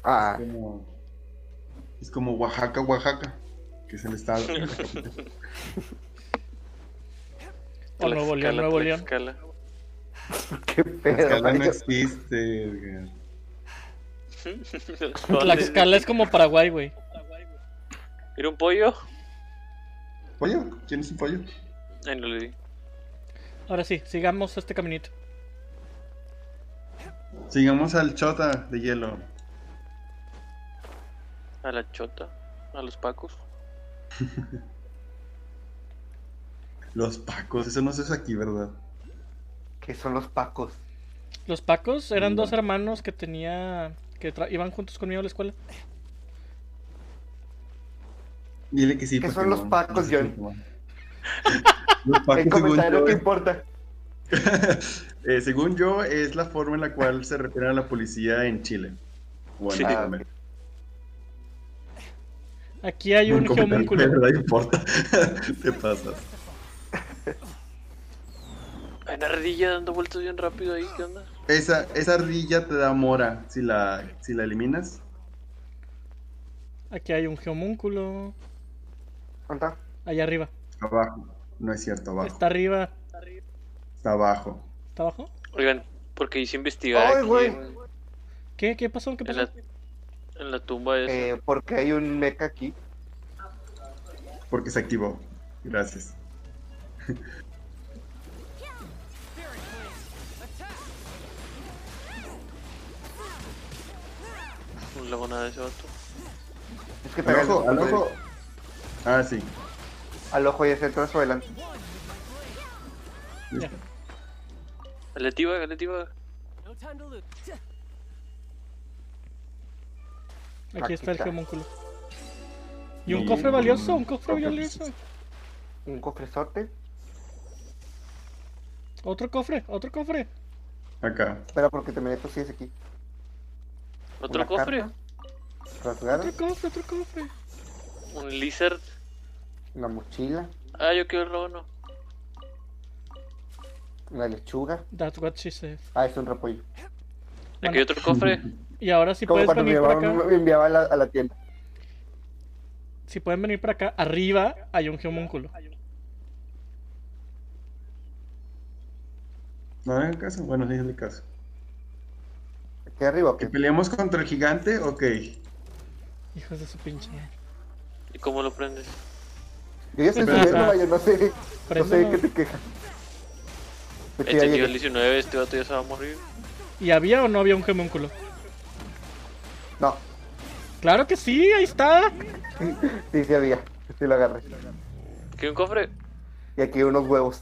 S2: Ah,
S3: Como- Es como Oaxaca, Oaxaca, que es
S2: [laughs]
S3: el estado.
S4: O Nuevo León,
S1: Tlaxcala,
S4: Nuevo León.
S1: Tlaxcala.
S2: qué pedo.
S3: Tlaxcala no
S2: vaya.
S3: existe. Edgar.
S4: [laughs] Tlaxcala es como Paraguay, güey.
S1: ¿Era un pollo?
S3: ¿Pollo? ¿Quién es un pollo?
S1: Ay, no le di.
S4: Ahora sí, sigamos este caminito.
S3: Sigamos al chota de hielo.
S1: A la chota. A los pacos.
S3: Los pacos, eso no se usa aquí, ¿verdad?
S2: ¿Qué son los pacos?
S4: Los Pacos eran
S3: No.
S4: dos hermanos que tenía. que tra- iban juntos conmigo a la escuela.
S3: Dile que sí.
S2: ¿Qué
S3: porque
S2: son los
S3: no-
S2: pacos,
S3: no sé
S2: John?
S3: cómo van.
S2: [laughs]
S3: los
S2: El
S3: pacos, según
S2: comentario
S3: yo,
S2: no te importa.
S3: eh, según yo, es la forma en la cual se refieren a la policía en Chile. Bueno,
S1: Sí.
S2: Ah,
S4: Aquí hay un geomúnculo.
S3: [laughs] No importa. Te pasas.
S1: Hay una ardilla dando vueltas bien rápido ahí. ¿Qué onda?
S3: Esa, esa ardilla te da mora si la, si la eliminas.
S4: Aquí hay un geomúnculo.
S2: ¿Dónde está?
S4: Allá arriba.
S3: Abajo. No es cierto, abajo.
S4: Está arriba.
S3: Está abajo.
S4: ¿Está abajo?
S1: Oigan, porque hice investigar
S2: Ay,
S1: aquí
S2: güey.
S1: en,
S4: ¿Qué? ¿Qué pasó? ¿Qué
S1: en
S4: pasó?
S1: la, en la tumba esa.
S2: Eh, porque hay un mecha aquí.
S3: Porque se activó. Gracias.
S1: No le hago nada de ese vato.
S2: Es que
S3: Al
S2: traigan
S3: ojo,
S2: el
S3: al
S2: nombre
S3: ojo. Ah, sí.
S2: de- Al ojo y hacia atrás o adelante.
S3: Listo.
S1: Galetiva, galetiva.
S5: No time to loot.
S4: Aquí está el
S2: Aquí está.
S4: geomúnculo. ¿Y un
S3: Y
S4: cofre
S3: un
S4: valioso? ¿Un cofre
S3: cofre.
S4: valioso?
S2: Un cofresote.
S4: Otro cofre, otro cofre.
S3: Acá.
S2: Espera, porque te me dejo si es aquí.
S1: ¿Otro
S2: Una
S1: cofre?
S2: carta. Rasgada.
S4: Otro cofre, otro cofre.
S1: ¿Un lizard?
S2: Una mochila.
S1: Ah, yo quiero el rono.
S2: Una lechuga.
S4: That's what she said.
S2: Ah, es un repollo.
S1: Aquí hay
S4: Bueno,
S1: otro
S2: [laughs]
S1: cofre.
S4: y ahora si
S2: Como
S4: puedes
S2: cuando mi
S4: venir por
S2: mamá
S4: acá.
S2: me enviaba a la, a la tienda.
S4: Si pueden venir para acá, arriba hay un geomúnculo.
S3: No hagan caso. Bueno, sí, hazle caso.
S2: Aquí arriba, ok.
S3: ¿Que peleamos contra el gigante? Ok.
S4: Hijos de su pinche.
S1: ¿Y cómo lo prendes?
S2: Yo ya estoy
S4: Espera,
S2: subiendo,
S4: espera.
S2: vaya, no sé. No sé de
S4: Préndelo.
S2: qué te quejas. De que ya
S1: Este es nivel
S2: llegué.
S1: 19, este vato ya se va a morir.
S4: ¿Y había o no había un geomúnculo?
S2: No,
S4: Claro que sí, ahí está.
S2: sí, sí había. Sí lo agarré.
S1: ¿Qué un cofre?
S2: Y aquí hay unos huevos.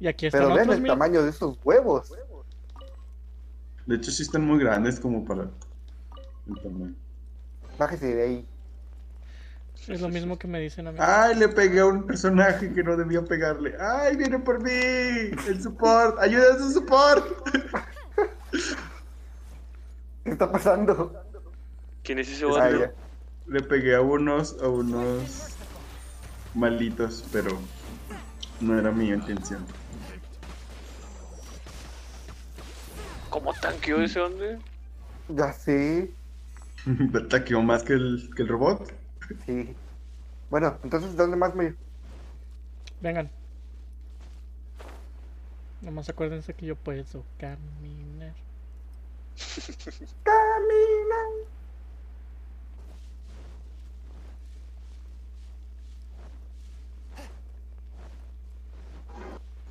S4: Y aquí están
S2: Pero vean
S4: otros,
S2: el
S4: mira.
S2: tamaño de esos huevos.
S3: De hecho, sí están muy grandes como para el tamaño.
S2: Bájese de ahí.
S4: Es lo mismo que me dicen a mí.
S2: Ah.
S3: ¡Ay, le pegué a un personaje que no debía pegarle! ¡Ay, viene por mí! ¡El support! ¡Ayuda a su support!
S2: ¿Qué está pasando?
S1: ¿Quién es ese
S2: Ah,
S1: vato?
S2: ya.
S3: Le pegué a unos, a unos malditos, pero no era mi intención. [laughs]
S1: ¿Cómo tanqueó ese hombre? [laughs]
S2: Ya sí.
S3: Me Ataqueó más que el, que el robot.
S2: Sí. Bueno, entonces, ¿dónde más me.?
S4: Vengan. Nomás acuérdense que yo puedo caminar.
S2: Camina.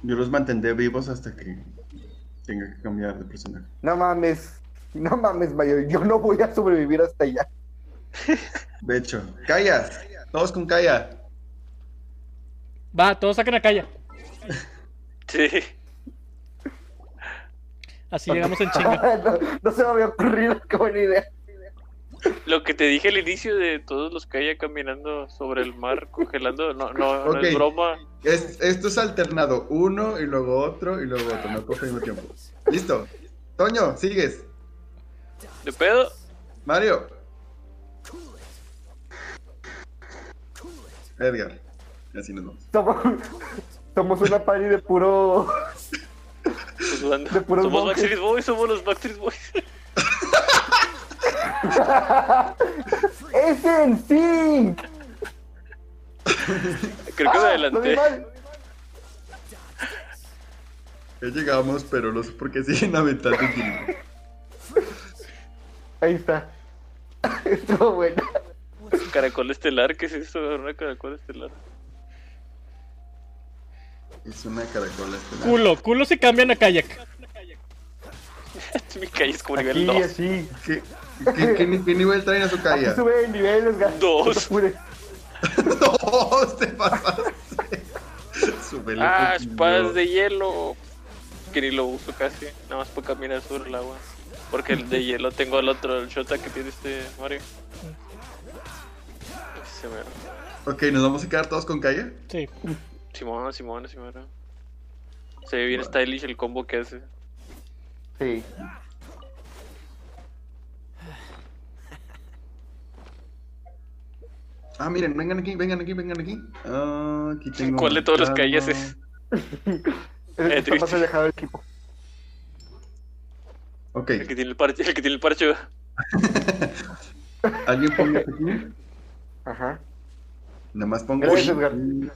S3: Yo los mantendré vivos hasta que tenga que cambiar de personaje.
S2: No mames. No mames, Mayo. Yo no voy a sobrevivir hasta allá. [laughs]
S3: De hecho, callas. Todos con calla.
S4: Va, todos saquen a calle.
S1: Sí.
S4: Así llegamos en chinga.
S2: no, no se me había ocurrido qué buena idea.
S1: Lo que te dije al inicio de todos los que haya caminando sobre el mar [laughs] congelando, no, no, no
S3: Ok.
S1: es broma.
S3: Es- esto es alternado. Uno y luego otro y luego otro. No coge el mismo tiempo. Listo. Toño, sigues.
S1: ¿De pedo?
S3: Mario. Edgar. Y Así nos vamos.
S2: Somos, somos una party de puro. [laughs]
S1: Estoy sudando.
S2: De puros
S1: pues, Somos
S2: monjes.
S1: Backstreet Boys, somos los Backstreet Boys. [laughs]
S2: ¡Es en sí!
S1: Creo que me
S2: Ah, Lo vi
S1: adelanté.
S2: mal.
S3: Ya llegamos, pero los porque [laughs] siguen aventando el tiempo.
S2: Ahí está. [laughs] Estuvo bueno.
S1: Caracol estelar, ¿qué es eso? Una caracol estelar. [laughs]
S3: Es una caracola estelar.
S4: Culo, culo se cambian a kayak.
S1: Mi calle es como nivel
S2: Aquí,
S1: 2.
S2: así.
S3: ¿Qué, qué- qué- qué nivel traen a su
S2: Aquí
S3: caída?
S2: sube de niveles, gato.
S1: Dos.
S3: [laughs] No, te pasaste. [laughs] Súbele
S1: Ah,
S3: poquillo.
S1: espadas de hielo. Que ni lo uso casi. Nada más para caminar sobre el agua. Porque el de hielo tengo al otro, el Shota que tiene este Mario. Se me...
S3: Ok, ¿nos vamos a quedar todos con caída?
S4: Sí.
S2: Mm.
S1: Simón, Simón, Simón. Se ve bien stylish el combo que hace.
S2: Sí.
S3: Ah, miren, vengan aquí, vengan aquí, vengan aquí. Ah, aquí tengo.
S1: ¿Cuál de todos los
S3: Ah,
S1: calles es?
S2: Es el que
S1: Eh,
S2: está más
S1: triste.
S2: alejado del equipo.
S3: Ok,
S1: El que tiene el parche, el que tiene el parche. [laughs]
S3: alguien ponga este aquí.
S2: Ajá.
S3: Nada más ponga.
S2: Gracias, Edgar.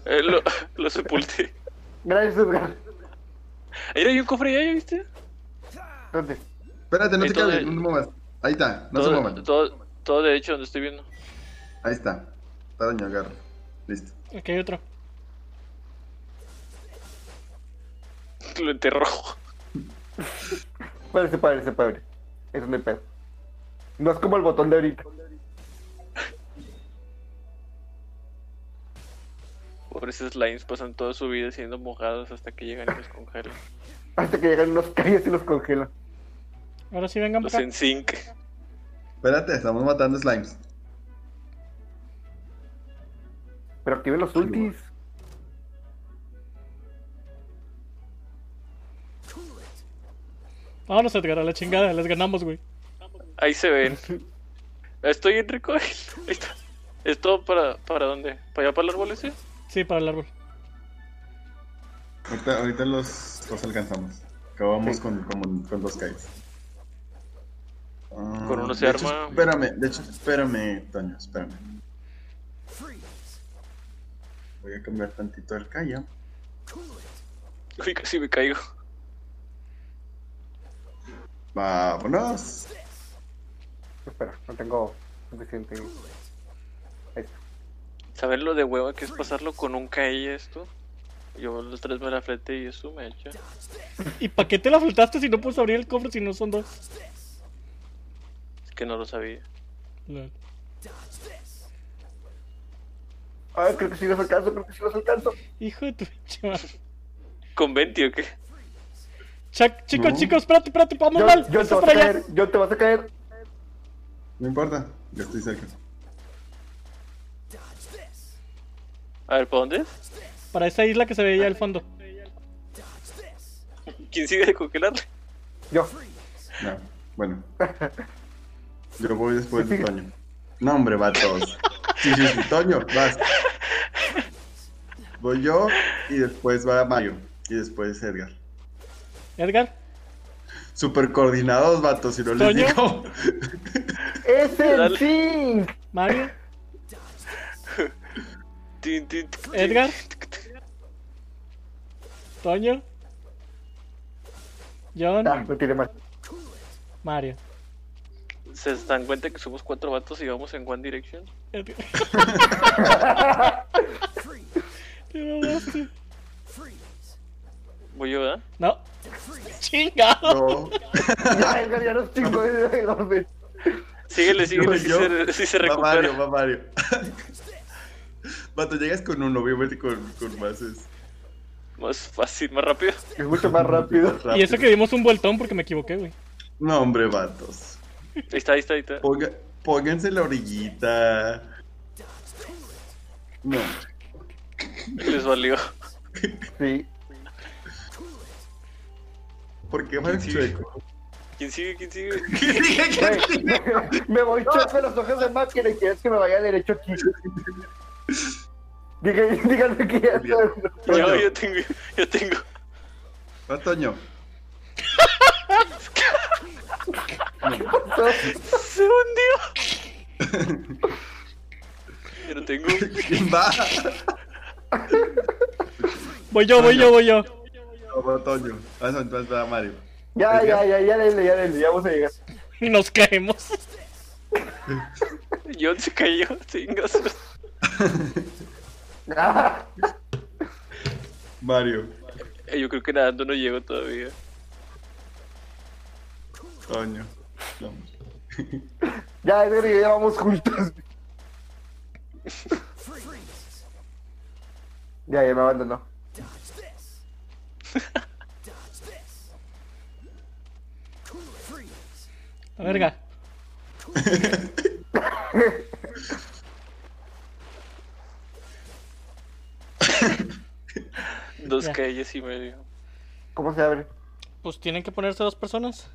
S1: eh, lo, [laughs] lo sepulté.
S2: Gracias, Edgar.
S1: Ahí hay un cofre ya, ¿ya viste?
S2: ¿Dónde?
S3: Espérate, no te
S1: Entonces-
S3: quedes, no te muevas. Ahí está, no se
S1: todo,
S3: muevan.
S1: todo, todo derecho donde estoy viendo. [laughs]
S3: Ahí está. Está doña Garra. Listo.
S4: Aquí hay otro.
S1: Lo enterró.
S2: Parece padre, se padre. Es un pedo. No es como el botón de ahorita.
S1: Pobres slimes pasan toda su vida siendo mojados hasta que llegan y los congelan.
S2: Hasta que llegan unos calles y los congelan.
S4: Ahora sí vengan
S1: Los
S4: para acá.
S1: en sync.
S3: Espérate, estamos matando slimes.
S2: Pero activen los ultis.
S4: Vámonos, Edgar, a la chingada. Les ganamos, güey.
S1: Ahí se ven. Estoy en recoil. [laughs] Ahí está. ¿Esto para, para dónde? ¿Para allá para el árbol ese?
S4: Sí, para el árbol.
S3: Ahorita, ahorita los, los alcanzamos. Acabamos con, con, con dos calles. Ah,
S1: Con uno se
S3: de hecho,
S1: arma.
S3: espérame, de hecho, espérame, Toño, espérame. Voy a cambiar tantito el calle.
S1: Uy, casi me caigo.
S3: Vámonos.
S2: Espera, no tengo suficiente. Ahí está.
S1: ¿Saben lo de hueva que es pasarlo con un KI esto? Yo los tres me la frente y eso me echa.
S4: ¿Y para qué te la faltaste si no puedes abrir el cofre si no son dos?
S1: Es que no lo sabía.
S4: Lol.
S2: Ah, creo que sí los alcanzo, creo que sí los alcanzo.
S4: Hijo de tu pinche madre.
S1: ¿Con 20 o qué?
S4: Chac- chicos,
S3: No.
S4: chicos, espérate, espérate, vamos
S2: Yo,
S4: mal.
S2: yo te
S4: Esto
S2: vas
S4: para
S2: a
S4: allá.
S2: caer, yo te vas a caer.
S3: No importa, yo estoy cerca.
S1: A ver, ¿para dónde es?
S4: Para esa isla que se veía al fondo.
S1: ¿Quién sigue de congelarle?
S2: Yo.
S3: No, bueno. Yo voy después de
S2: Sí, sí.
S3: Toño. No, hombre, vatos. Sí, sí, sí, Toño, vas. Voy yo y después va Mario. Y después Edgar.
S4: Edgar,
S3: Super coordinados, vatos, si no les
S4: ¿Toño?
S2: [laughs]
S3: digo.
S2: ¡Es el
S1: Dale.
S2: zinc!
S4: Mario,
S1: Tin, tin, tin, tin.
S4: Edgar, Toño, John,
S2: Ah, no tiene mal. [laughs]
S4: Mario.
S1: ¿Se dan cuenta que somos cuatro vatos y vamos en One Direction?
S4: Edgar. [laughs] Te mamaste.
S1: Voy yo, ¿verdad?
S4: No.
S3: No.
S4: Chingado.
S2: Ya, Edgar, ya
S1: [laughs]
S2: los chicos de orden.
S1: Síguele, síguele,
S3: [laughs] Voy
S1: si
S3: yo.
S1: se, si se
S3: Va Mario,
S1: recupera.
S3: va Mario. Vato, llegas con uno, obviamente con, con más es.
S1: Más fácil, más rápido.
S2: Es mucho más [laughs] rápido.
S3: más
S4: Y eso
S3: rápido.
S4: que dimos un vueltón porque me equivoqué, güey.
S3: No, hombre, vatos. Oh.
S1: Ahí está, ahí está, ahí está.
S3: Ponga- Pónganse en la orillita. No.
S1: Les valió.
S2: Sí.
S3: ¿Por qué van
S1: Sí.
S3: chueco?
S1: ¿Quién sigue? ¿Quién sigue?
S3: Dije que-
S2: Güey, me voy choco los ojos de máquina y quieres que me vaya derecho aquí. Díganme, [laughs] díganme que ya
S3: Bien.
S1: Yo,
S3: Toño.
S1: yo tengo, yo tengo.
S3: Va, Toño.
S1: Se hundió. Yo tengo.
S3: ¿Quién va?
S4: Voy
S1: Ah,
S4: yo, voy yo, voy yo.
S3: No, va Toño. Vas a vas a Mario.
S2: Ya, ya, ya, ya, denle, ya, denle, ya vamos a llegar. [laughs]
S4: Y nos caemos.
S1: John se cayó. Tengo.
S2: Ah,
S3: Mario.
S1: Eh, Yo creo que nadando no llego todavía.
S3: Toño. Vamos.
S2: ya, Edgar y yo ya vamos juntos. [laughs] Ya, ya me abandonó.
S4: La verga.
S1: Dos
S4: Ya.
S1: calles y medio.
S2: ¿Cómo se abre?
S4: Pues tienen que ponerse dos personas.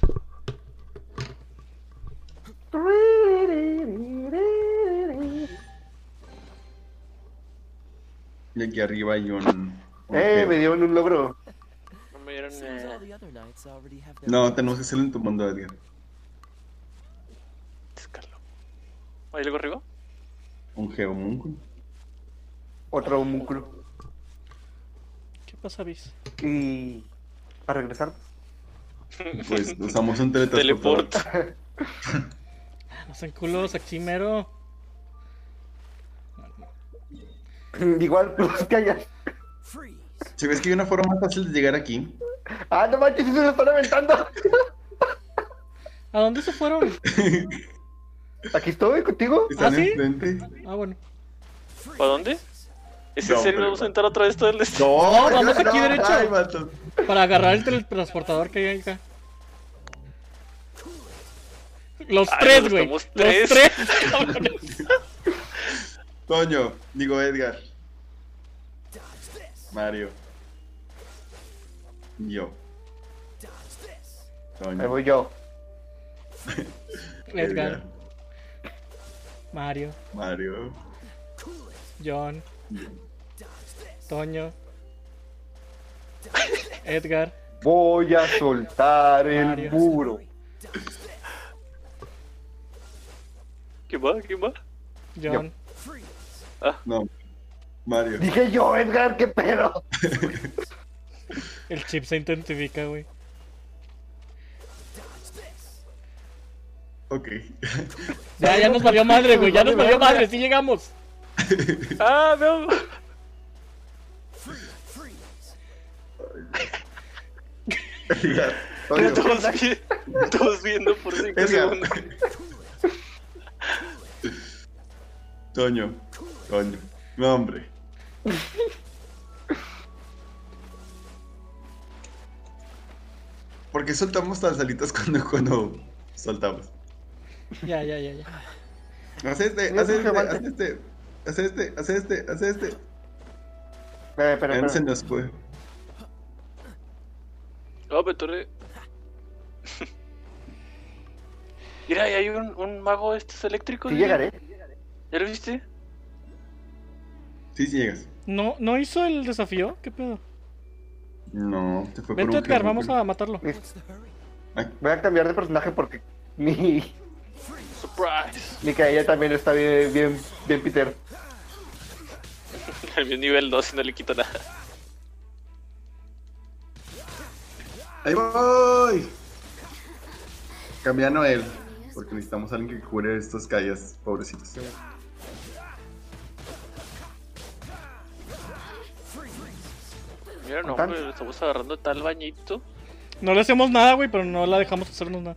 S3: Y aquí arriba hay un. un
S2: Eh,
S3: objeto.
S2: me dieron un logro.
S1: No me dieron
S6: Seems all
S1: nada.
S6: the other knights already have their
S3: No, tenemos que hacerlo en tu mundo, Edgar.
S1: Escalo. ¿Hay algo arriba?
S3: Un geomúnculo.
S2: Otro homúnculo.
S4: ¿Qué pasa, Bis?
S2: Y. Para regresar. [clears throat]
S3: Pues usamos un teletransportador.
S1: Teleport.
S4: Ah, No sean culos, aquí mero.
S2: Igual, [laughs] los que allá.
S6: freeze.
S3: Si ves que hay una forma más fácil de llegar aquí,
S2: Ah, no manches, sí se lo están aventando. [laughs]
S4: ¿A dónde se fueron?
S2: Aquí estoy contigo.
S3: están
S4: ¿Ah, sí?
S3: enfrente.
S4: Ah, bueno.
S1: ¿Para dónde? ¿Es en
S3: No,
S1: serio?
S3: hombre,
S1: ¿Vamos a
S3: va.
S1: entrar otra vez todo el destino?
S3: No,
S4: vamos aquí derecho.
S3: ay, vato.
S4: Para agarrar el teletransportador que hay acá. Los
S1: Ay,
S4: tres,
S1: nos
S4: güey. Los
S1: estamos
S4: tres.
S1: tres. [laughs]
S4: cabrones.
S3: Toño, digo Edgar. Mario. Y Yo.
S2: Ahí
S3: Toño.
S2: voy yo.
S4: Edgar, Mario,
S3: Mario.
S4: John,
S1: [laughs]
S4: Toño, Edgar.
S2: Voy a soltar el
S4: Mario.
S2: muro.
S1: ¿Quién va? ¿Quién va?
S4: John,
S3: No. Mario.
S2: Dije yo, Edgar, qué pedo.
S4: el chip se identifica, güey.
S3: Ok. [laughs]
S4: Ya, ya nos valió madre, güey. Ya nos valió madre. Sí llegamos.
S1: ¡Ah, no!
S3: Edgar. Toño.
S1: Estamos, vi- estamos viendo por 5 segundos.
S3: Edgar. Toño. Toño. No, hombre. ¿Por qué soltamos las alitas cuando, cuando soltamos?
S4: Ya, ya, ya, ya.
S3: Haz este,
S2: No,
S3: haz este,
S2: Sergio, aguanta.
S3: haz este, haz este, haz este, haz este.
S2: Espera, espera,
S3: Ya no se
S2: espera.
S3: nos fue.
S1: Ah, me atoré. [laughs] Mira, ahí hay un, un mago de estos eléctricos.
S2: Sí
S1: mira.
S2: llegaré.
S1: ¿Ya lo viste?
S3: Sí, sí llegas.
S4: ¿No, ¿No hizo el desafío? ¿Qué pedo?
S3: No, te fue por
S4: Vente,
S3: un
S4: Edgar,
S3: geomúnculo.
S4: vamos a matarlo.
S6: What's the hurry?
S2: Voy a cambiar de personaje porque mi,
S1: Surprise. [laughs]
S2: mi caída también está bien, bien, bien Peter.
S1: Al mismo nivel 2 y no le quito nada.
S3: ¡Ahí voy! Cambia a Noel, porque necesitamos a alguien que cure estos calles, pobrecitos.
S1: Mira, no,
S2: ¿Cuánto?
S1: hombre, le estamos agarrando tal bañito. [laughs]
S4: No le hacemos nada, güey, pero no la dejamos hacernos nada.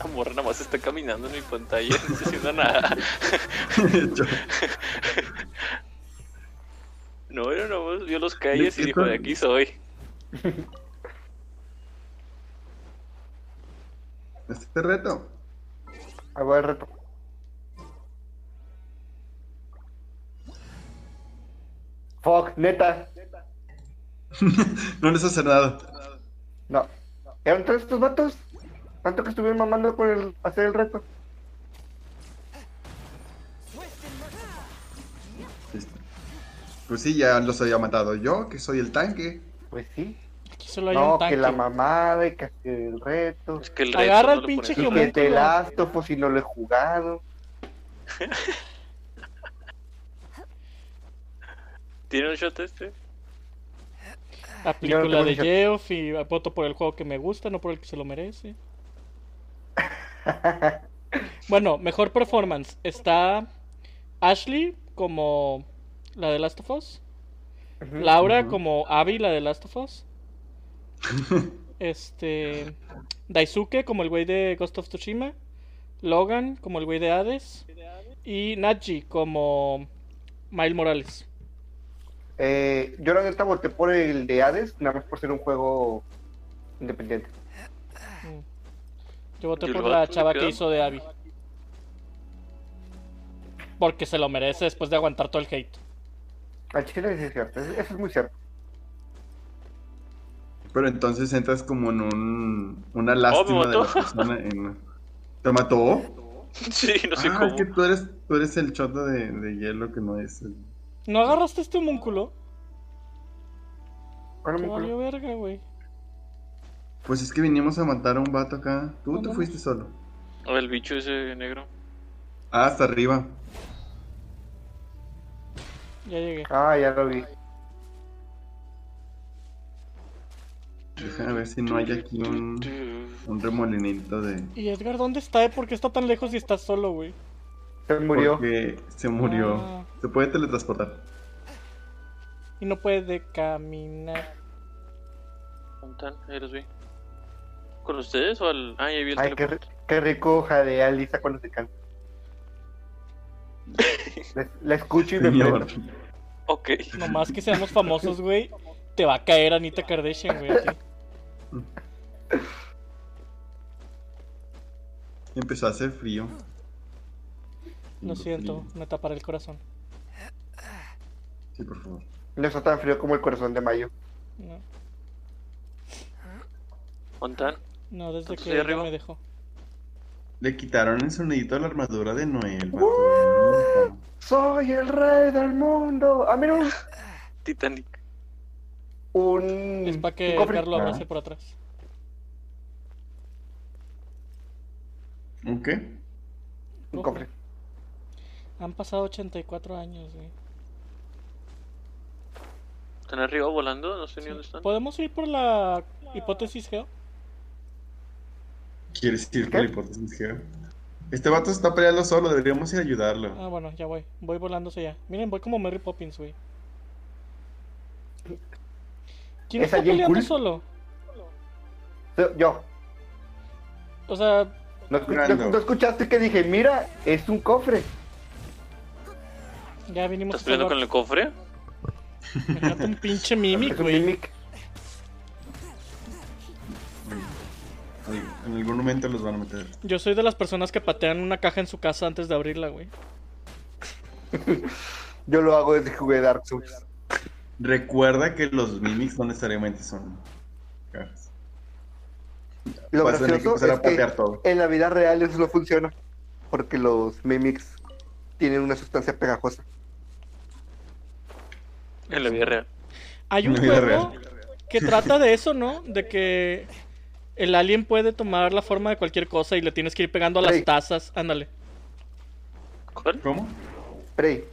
S1: La morra nada más está caminando en mi pantalla, [laughs] no está haciendo nada.
S3: [laughs]
S1: [laughs]
S3: Yo-
S1: No, yo nomás vio los calles y
S3: ¿Qué
S1: dijo,
S3: tal?
S1: de aquí soy.
S3: Este reto.
S2: Ahí va el reto. Fuck, neta.
S3: No les hace nada.
S2: No. Eran tres estos vatos. Tanto que estuvieron mamando con el hacer el reto.
S3: Este. Pues sí, ya los había matado yo, que soy el tanque.
S2: Pues sí.
S4: Aquí solo hay
S2: No,
S4: un tanque.
S2: que la mamada y que hacer el reto.
S1: Es que el resto
S4: Agarra el
S1: no lo
S4: pinche
S1: pones.
S2: Y que
S4: momento,
S2: te
S4: no.
S2: lasto, pues si no lo he jugado.
S1: ¿Tiene un shot este? [laughs]
S4: Aplico
S2: Yo no
S4: la
S2: tengo ni-
S4: de Geoff y voto por el juego que me gusta, no por el que se lo merece. bueno, mejor performance. Está Ashley como la de Last of Us. Laura como Abby, la de Last of Us. Este. Daisuke como el güey de Ghost of Tsushima. Logan como el güey de Hades. Y Naji como Miles Morales.
S2: Eh, yo la neta voté por el de Hades, nada más por ser un juego independiente.
S4: Yo voté
S1: ¿Y el
S4: por
S1: vato
S4: la
S1: de
S4: chava
S1: qué
S4: que
S1: edad?
S4: hizo de Abby. Porque se lo merece después de aguantar todo el hate.
S2: Al chile sí es cierto, es- eso es muy cierto.
S3: Pero entonces entras como en un, una
S1: Oh,
S3: lástima
S1: me
S3: de la
S1: mató.
S3: persona. en- ¿Te mató?
S1: Sí, no sé
S3: ah,
S1: cómo.
S3: es que tú eres, tú eres el chota de, de hielo que no es. el-
S4: ¿No agarraste este homúnculo?
S2: Bueno,
S4: Te
S2: muy
S4: valió
S2: cool.
S4: verga, güey.
S3: Pues es que vinimos a matar a un vato acá. Tú te
S4: Vámonos.
S3: fuiste solo.
S1: O el bicho ese negro.
S3: Ah, hasta arriba.
S4: Ya llegué.
S2: Ah, ya lo vi.
S3: Déjame ver si no hay aquí un, un remolinito de.
S4: ¿Y Edgar dónde está? eh? ¿Por qué está tan lejos y está solo, güey?
S2: Se murió.
S3: Porque se murió.
S4: Ah.
S3: Se puede teletransportar.
S4: Y no puede caminar.
S1: ¿Cómo están? Ahí los vi. ¿Con ustedes o al.? Ah, ya vi el
S2: Ay, qué,
S1: teléfono.
S2: ri- qué rico jadea Lisa cuando se
S3: [laughs]
S2: cansa. La, la escucho y me
S3: Señor.
S2: prendo.
S1: Ok.
S4: Nomás que seamos famosos, güey. Te va a caer Anita Kardashian, güey. a ti.
S3: Empezó a hacer frío.
S4: Lo
S3: Tengo
S4: siento,
S3: frío.
S4: me tapará el corazón.
S3: Sí, por favor.
S2: No está tan frío como el corazón de Mayo.
S4: No,
S1: ¿Cómo están?
S4: no desde
S1: Entonces,
S4: que
S1: ahí
S4: ella
S1: arriba.
S4: me dejó.
S3: Le quitaron el sonidito a la armadura de Noel. vato.
S2: Soy el rey del mundo. Ah, mira un.
S1: Titanic.
S2: un-
S4: Es para que
S2: un cofre.
S4: Edgar lo
S3: Ah.
S4: abrace por atrás.
S3: Ok.
S2: Un cofre.
S4: Han pasado 84 años, güey.
S1: ¿Están arriba volando? No sé ni dónde están.
S4: ¿Podemos ir por la hipótesis geo?
S3: ¿Quieres ir
S2: ¿Qué?
S3: por la hipótesis Geo? Este vato está peleando solo, deberíamos ir a ayudarlo.
S4: Ah, bueno, ya voy. Voy volándose ya. Miren, voy como Mary Poppins, güey. ¿Quién
S2: ¿Es
S4: está
S2: alguien
S4: peleando
S2: cool?
S4: solo?
S2: So- Yo.
S4: O sea,
S2: No, escu-
S3: Grande.
S2: no- no escuchaste que dije, mira, es un cofre.
S4: ya vinimos
S1: ¿Estás peleando con el cofre?
S4: Me encanta un pinche mimic,
S2: Es un
S4: güey.
S2: mimic.
S3: Oye, En algún momento los van a meter.
S4: Yo soy de las personas que patean una caja en su casa antes de abrirla, güey.
S2: Yo lo hago desde que jugué Dark Souls.
S3: Recuerda que los mimics no necesariamente son cajas.
S2: Lo
S3: Vas a tener Pues que
S2: gracioso
S3: empezar a
S2: es que
S3: patear todo.
S2: en la vida real eso no funciona. Porque los mimics tienen una sustancia pegajosa.
S1: En la vida real.
S4: Hay un
S3: En la vida
S4: juego
S3: real.
S4: que trata de eso, ¿no? De que el alien puede tomar la forma de cualquier cosa y le tienes que ir pegando a las
S2: Ey.
S4: tazas. Ándale.
S1: ¿Cuál?
S3: ¿Cómo?
S2: Prey.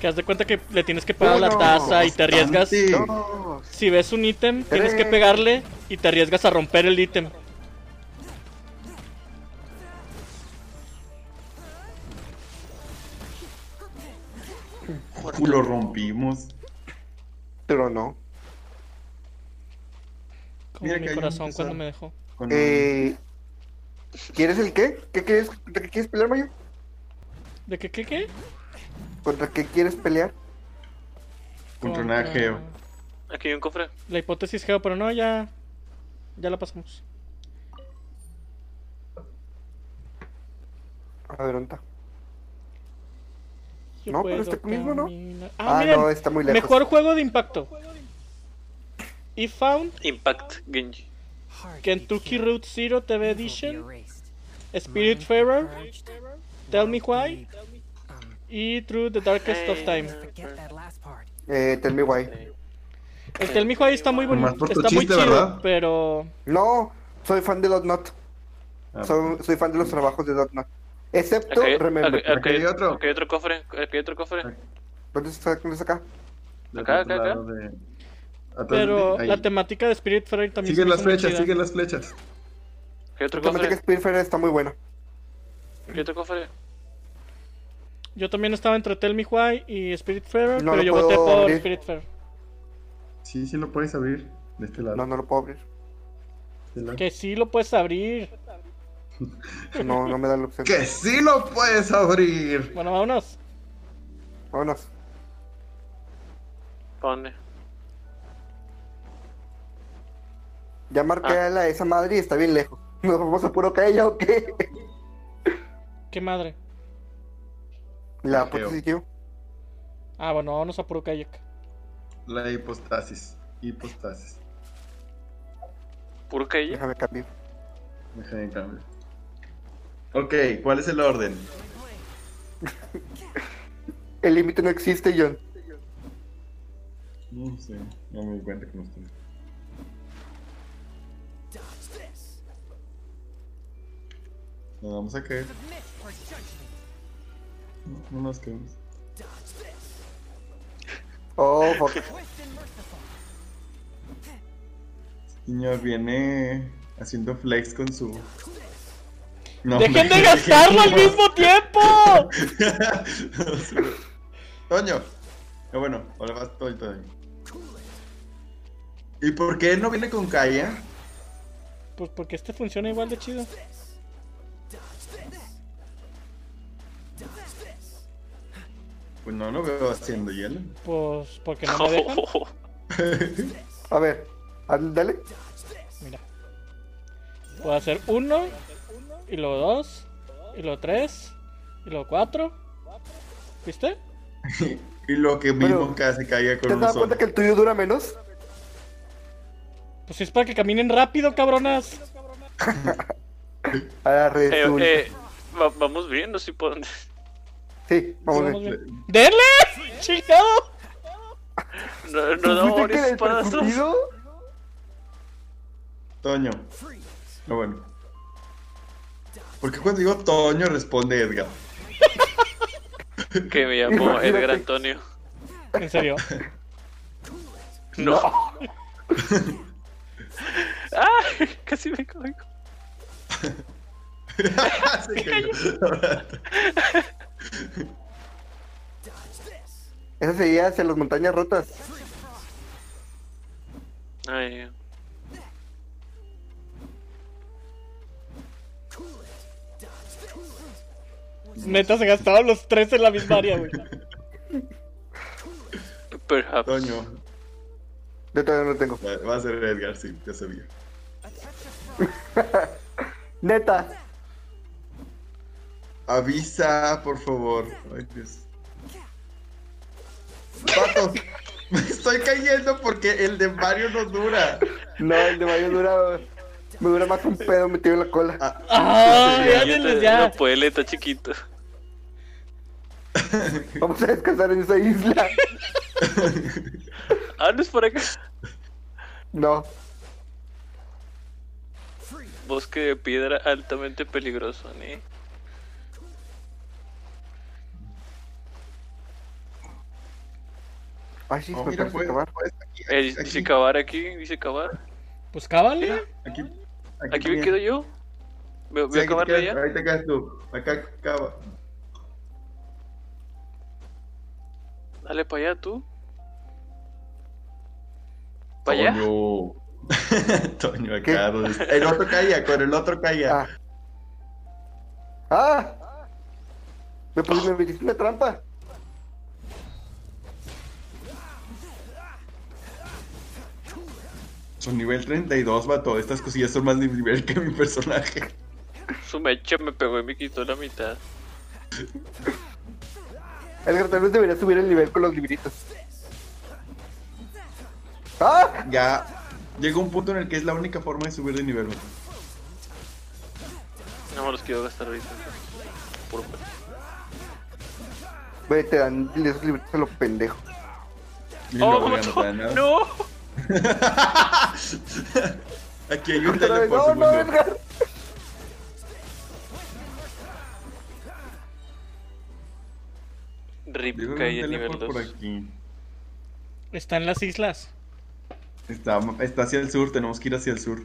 S4: Que haz de cuenta que le tienes que pegar a la
S2: Uno,
S4: taza y te arriesgas.
S3: bastante. Sí.
S2: Dos.
S4: Si ves un ítem, tienes que
S2: Tres.
S4: pegarle y te arriesgas a romper el ítem.
S3: Lo rompimos.
S2: Pero no.
S4: Como
S3: Mira que
S4: mi
S3: hay un
S4: corazón cuando
S3: tesoro.
S4: me dejó.
S3: Con
S2: Eh, ¿Quieres el qué? ¿Qué quieres? ¿De qué quieres pelear, Mayo?
S4: ¿De qué qué qué?
S2: ¿Contra qué quieres pelear?
S3: Contra una
S4: Contra-
S3: geo.
S1: Aquí hay un cofre.
S4: La hipótesis geo, pero no, ya. Ya la pasamos.
S2: A ver, ¿dónde está?
S4: Yo
S2: No, pero
S4: puedo
S2: está mismo, ¿no?
S4: caminar- Ah,
S2: Ah,
S4: miren,
S2: no, está muy lejos.
S4: mejor juego de impacto. Y found
S1: Impact Genji.
S5: Hard to be
S4: Kentucky
S5: cured.
S4: Route Zero TV
S5: Evil be
S4: Edition,
S5: erased.
S4: Spirit
S5: Mind
S4: Fairer,
S5: purged.
S4: Tell Me
S5: World
S4: Why
S5: made. Um,
S4: y Through the Darkest of Time.
S5: forget that last part.
S2: Eh, tell me why.
S4: El Tell Me Why está muy
S3: Nomás
S4: bonito,
S3: por tu
S4: está muy
S3: chiste,
S4: chido,
S3: ¿verdad?
S4: pero
S2: No, soy fan de Dot Not.
S3: Ah,
S2: Soy, soy fan de los trabajos de Dot Not. Excepto
S1: Acá hay,
S2: Remember.
S1: acá- acá hay-
S3: Aquí hay otro.
S1: Aquí hay otro cofre. Aquí hay otro cofre.
S2: ¿Dónde está, dónde está acá?
S3: del
S1: acá,
S3: otro
S1: acá,
S3: lado de- atrás
S4: pero
S3: Ah, de- ahí.
S4: la temática de Spirit Fairer también
S3: Siguen
S4: se me
S3: las
S4: hizo muy
S3: flechas,
S4: chida.
S3: siguen las flechas.
S1: Aquí hay otro
S2: La que
S1: cofre.
S2: Spiritfarer está muy buena.
S1: Aquí hay otro cofre.
S4: Yo también estaba entre Tell Me Why y Spirit Fairer,
S2: No lo
S4: pero yo voté
S2: puedo
S4: por
S2: abrir.
S4: Spirit Fairer.
S3: Sí, sí lo puedes abrir de este lado.
S2: No, no lo puedo abrir.
S3: de lado.
S4: Que sí lo puedes abrir.
S2: No, no me da la opción.
S3: Que sí lo puedes abrir.
S4: Bueno, vámonos.
S2: Vámonos.
S1: ¿Para dónde?
S2: Ya marqué a la esa madre y está bien lejos. [laughs] ¿Nos vamos a puro caella o qué?
S4: Qué madre.
S2: La
S3: Creo.
S2: hipótesis que yo.
S4: Ah, bueno, vámonos a puro kayak.
S3: La hipostasis. Hipostasis.
S1: ¿Puro calle?
S2: Déjame cambiar.
S3: Deja de cambiar. Ok, ¿cuál es el orden?
S2: El límite no existe, John.
S3: No sé, no me di cuenta cómo estoy.
S6: Dodge this.
S3: Nos vamos a caer.
S5: Submit for judgment.
S3: No, no nos caemos.
S6: Dodge this.
S2: Oh, fuck.
S5: Swift and merciful.
S3: Señor viene haciendo flex con su. No, [laughs]
S4: ¡Dejen
S3: hombre,
S4: de gastarlo al
S3: no.
S4: mismo tiempo!
S3: Toño. No, bueno, ahora vas todo y todo. ¿Y por qué no viene con Kaya?
S4: Pues porque este funciona igual de chido.
S3: Pues no lo veo haciendo hielo.
S4: Pues porque no
S1: [laughs]
S3: [laughs]
S4: me dejan.
S1: Oh,
S2: A ver, haz- dale.
S4: Mira. Puedo hacer uno, y luego dos, y luego tres, y luego cuatro. ¿Viste?
S3: y lo que
S2: Pero,
S3: mismo que hace Kaya
S2: ¿Te
S3: con
S2: has
S3: un
S2: dado cuenta
S3: solo.
S2: que el tuyo dura menos?
S4: Pues es para que caminen rápido, cabronas.
S2: A la
S1: Eh,
S2: resulta.
S1: eh, va- vamos viendo si [laughs] por dónde.
S2: Sí, vamos
S4: Vamos
S2: bien.
S4: bien. ¡Denle! [laughs] ¡Chingado!
S1: No, no damos
S2: ¿Supiste
S1: varios
S2: que el
S1: espadazos.
S2: presumido?
S3: Toño.
S6: Freeze.
S3: No, bueno. ¿Por qué cuando digo Toño responde Edgar?
S1: [laughs] Que me llamó
S2: Imagínate.
S1: Edgar Antonio.
S4: En serio.
S1: No. [laughs] ¡Ay! Casi me caigo.
S3: Así que-
S2: Esa sería hacia las montañas rotas.
S1: Ay,
S4: Neta se gastaron los tres en la misma
S3: [laughs]
S4: área, güey.
S1: perhaps.
S3: Toño.
S2: Yo todavía no lo tengo.
S3: Va va a ser Edgar, sí, ya sabía.
S2: Neta.
S3: Avisa, por favor. Ay, Dios. Vatos, me estoy cayendo porque el de Mario no dura.
S2: No, el de Mario dura. Me dura más un pedo metido en la cola.
S3: Ah,
S4: ¡Ah!
S1: Ya te-
S4: ándale, ya!
S1: Una pueleta chiquito.
S2: Vamos a descansar en esa isla.
S1: Ah, no es por acá.
S2: No.
S1: Bosque de piedra altamente peligroso, ¿eh?
S2: Ay, sí,
S3: oh,
S2: me
S3: mira,
S2: parece
S3: pues,
S2: acabar.
S3: pues, aquí,
S1: Eh,
S3: aquí,
S1: Dice cavar aquí, dice cavar.
S4: Pues cábale.
S3: aquí, aquí
S1: Aquí me
S3: también.
S1: quedo yo. ¿Me- ¿Voy a
S3: Sí, aquí te
S1: acabar de
S3: quedas,
S1: allá?
S3: Ahí te quedas tú. Acá acaba.
S1: Dale para allá tú. ¿Para allá?
S3: Toño. [laughs] Toño
S2: ¿Qué?
S3: acá. donde está- El otro calla, con el otro calla.
S2: Ah. ¡Ah! Me puse me metiste una trampa.
S3: Son nivel 32, vato. Estas cosillas son más de mi nivel que mi personaje.
S1: Su mecha me pegó y me quitó la mitad.
S2: El tal vez debería subir el nivel con los libritos. ¡Ah!
S3: Ya llegó un punto en el que es la única forma de subir de nivel, vato.
S1: No me los quiero gastar ahorita. Puro pe-
S2: Güey, te dan esos libritos a lo pendejo.
S3: Y
S1: ¡Oh,
S3: luego ya no te dan nada.
S1: no!
S3: [laughs] Aquí hay un
S2: Otra
S3: tele
S2: vez,
S3: por
S2: No, no,
S3: segundo.
S2: Edgar.
S1: Rip,
S3: Digo,
S1: caí
S3: un
S1: en nivel
S3: teleport
S1: 2.
S3: por aquí.
S4: Está en las islas.
S3: Está, está hacia el sur, tenemos que ir hacia el sur.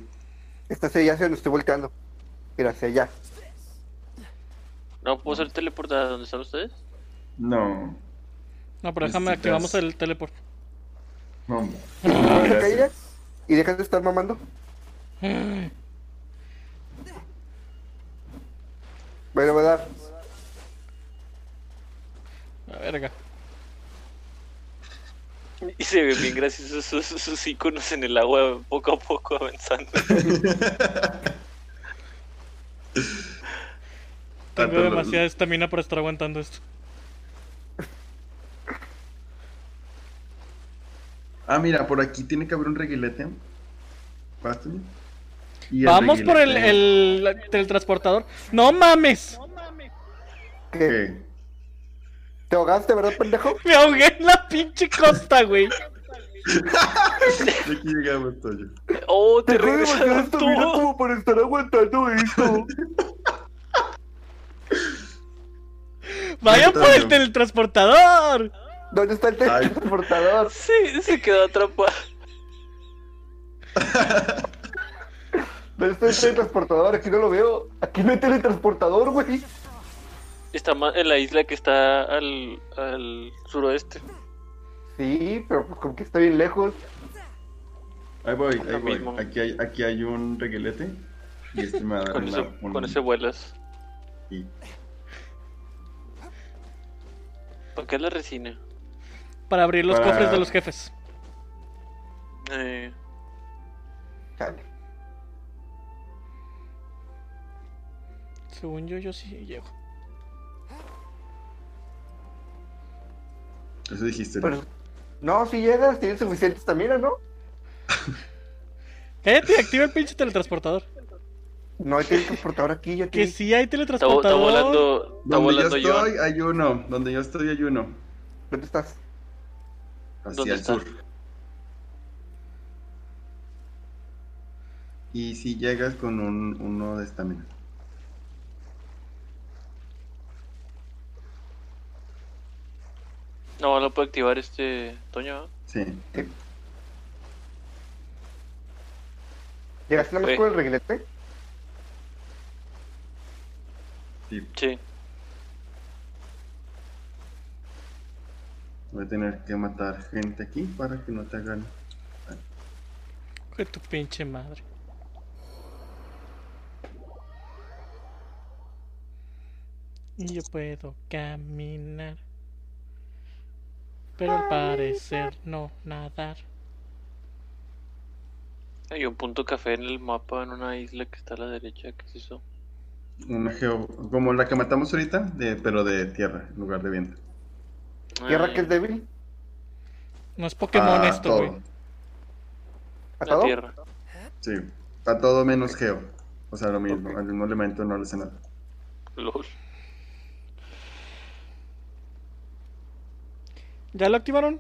S2: Esta hacia allá, hacia donde estoy volteando. Mira, hacia allá.
S1: ¿No puedo ser teleportada donde están ustedes? [laughs]
S3: No.
S4: No, pero déjame,
S3: Necesitas-
S4: activamos el teleport.
S3: No, hombre.
S1: Ah,
S2: Una
S3: Gracias.
S2: caída y dejas de estar mamando. Bueno, voy a dar.
S4: La verga.
S1: Y se ven bien graciosos sus, sus iconos en el agua, poco a poco avanzando.
S4: Tengo
S3: Tanto lo-
S4: demasiada estamina para estar aguantando esto.
S3: Ah, mira, por aquí tiene que haber un reguilete. Basta. Y el
S4: Vamos por el,
S3: reguilete-
S4: el teletransportador. ¡No mames!
S2: ¿Qué?
S3: ¿Qué?
S2: ¿Te ahogaste, verdad, pendejo?
S4: Me ahogué en la pinche costa, güey.
S3: De aquí llegamos, Toyo.
S1: ¡Oh, te
S2: Dejé de
S1: regresaron
S2: esto, mira
S1: todo!
S2: como para estar aguantando esto.
S4: ¡Vayan
S3: Yo
S4: por el
S3: también.
S4: teletransportador!
S2: ¿Dónde está el
S3: Ay.
S2: teletransportador?
S1: Sí, se quedó atrapado.
S2: ¿Dónde está el teletransportador? Aquí no lo veo. Aquí no hay teletransportador, güey.
S1: Está ma- en la isla que está al, al suroeste.
S2: Sí, pero pues como que está bien lejos.
S3: Ahí voy,
S1: Lo
S3: ahí voy.
S1: mismo.
S3: Aquí hay, aquí hay un reguilete. Y este me va a dar
S1: Con,
S3: una-
S1: eso,
S3: un-
S1: con ese vuelas.
S3: y-
S1: ¿Para qué es la resina?
S4: Para abrir los
S3: Para-
S4: cofres de los jefes.
S1: Eh,
S2: Chale.
S4: Según yo, yo sí llego.
S3: Eso dijiste.
S2: Pero, no, si llegas, tienes suficiente estamina, ¿no?
S4: Cállate, activa el pinche teletransportador.
S2: No hay teletransportador aquí, ya
S4: Que
S2: tienes.
S4: sí hay
S1: está, vo- está
S4: teletransportador.
S1: volando, está
S3: Donde
S1: volando
S3: yo estoy,
S1: John.
S3: hay uno. Donde yo estoy, hay uno.
S2: ¿Dónde estás?
S1: ¿Dónde
S3: Hacia el
S1: está?
S3: sur. Y si llegas con un, uno de estamina.
S1: No, no puedo activar este Toño. ¿eh?
S3: Sí.
S2: ¿Llegaste nada más
S1: Sí.
S2: con el reglete?
S3: sí.
S1: Sí.
S3: Voy a tener que matar gente aquí para que no te hagan.
S4: Hijo de tu pinche madre. Y yo puedo caminar. Pero al parecer no nadar.
S1: Hay un punto café en el mapa en una isla que está a la derecha. ¿Qué es eso?
S3: Una geo. Como la que matamos ahorita, de- pero de tierra, en lugar de viento.
S2: ¿Tierra
S1: Ah,
S2: que es débil?
S4: No es Pokémon
S3: Ah,
S4: esto,
S3: todo.
S4: güey.
S1: La
S2: ¿Atado?
S1: tierra.
S3: Sí. Está todo menos geo. O sea, lo mismo.
S1: Ok.
S3: Al mismo elemento no le hace nada.
S1: Lol. [laughs]
S4: ¿Ya lo activaron?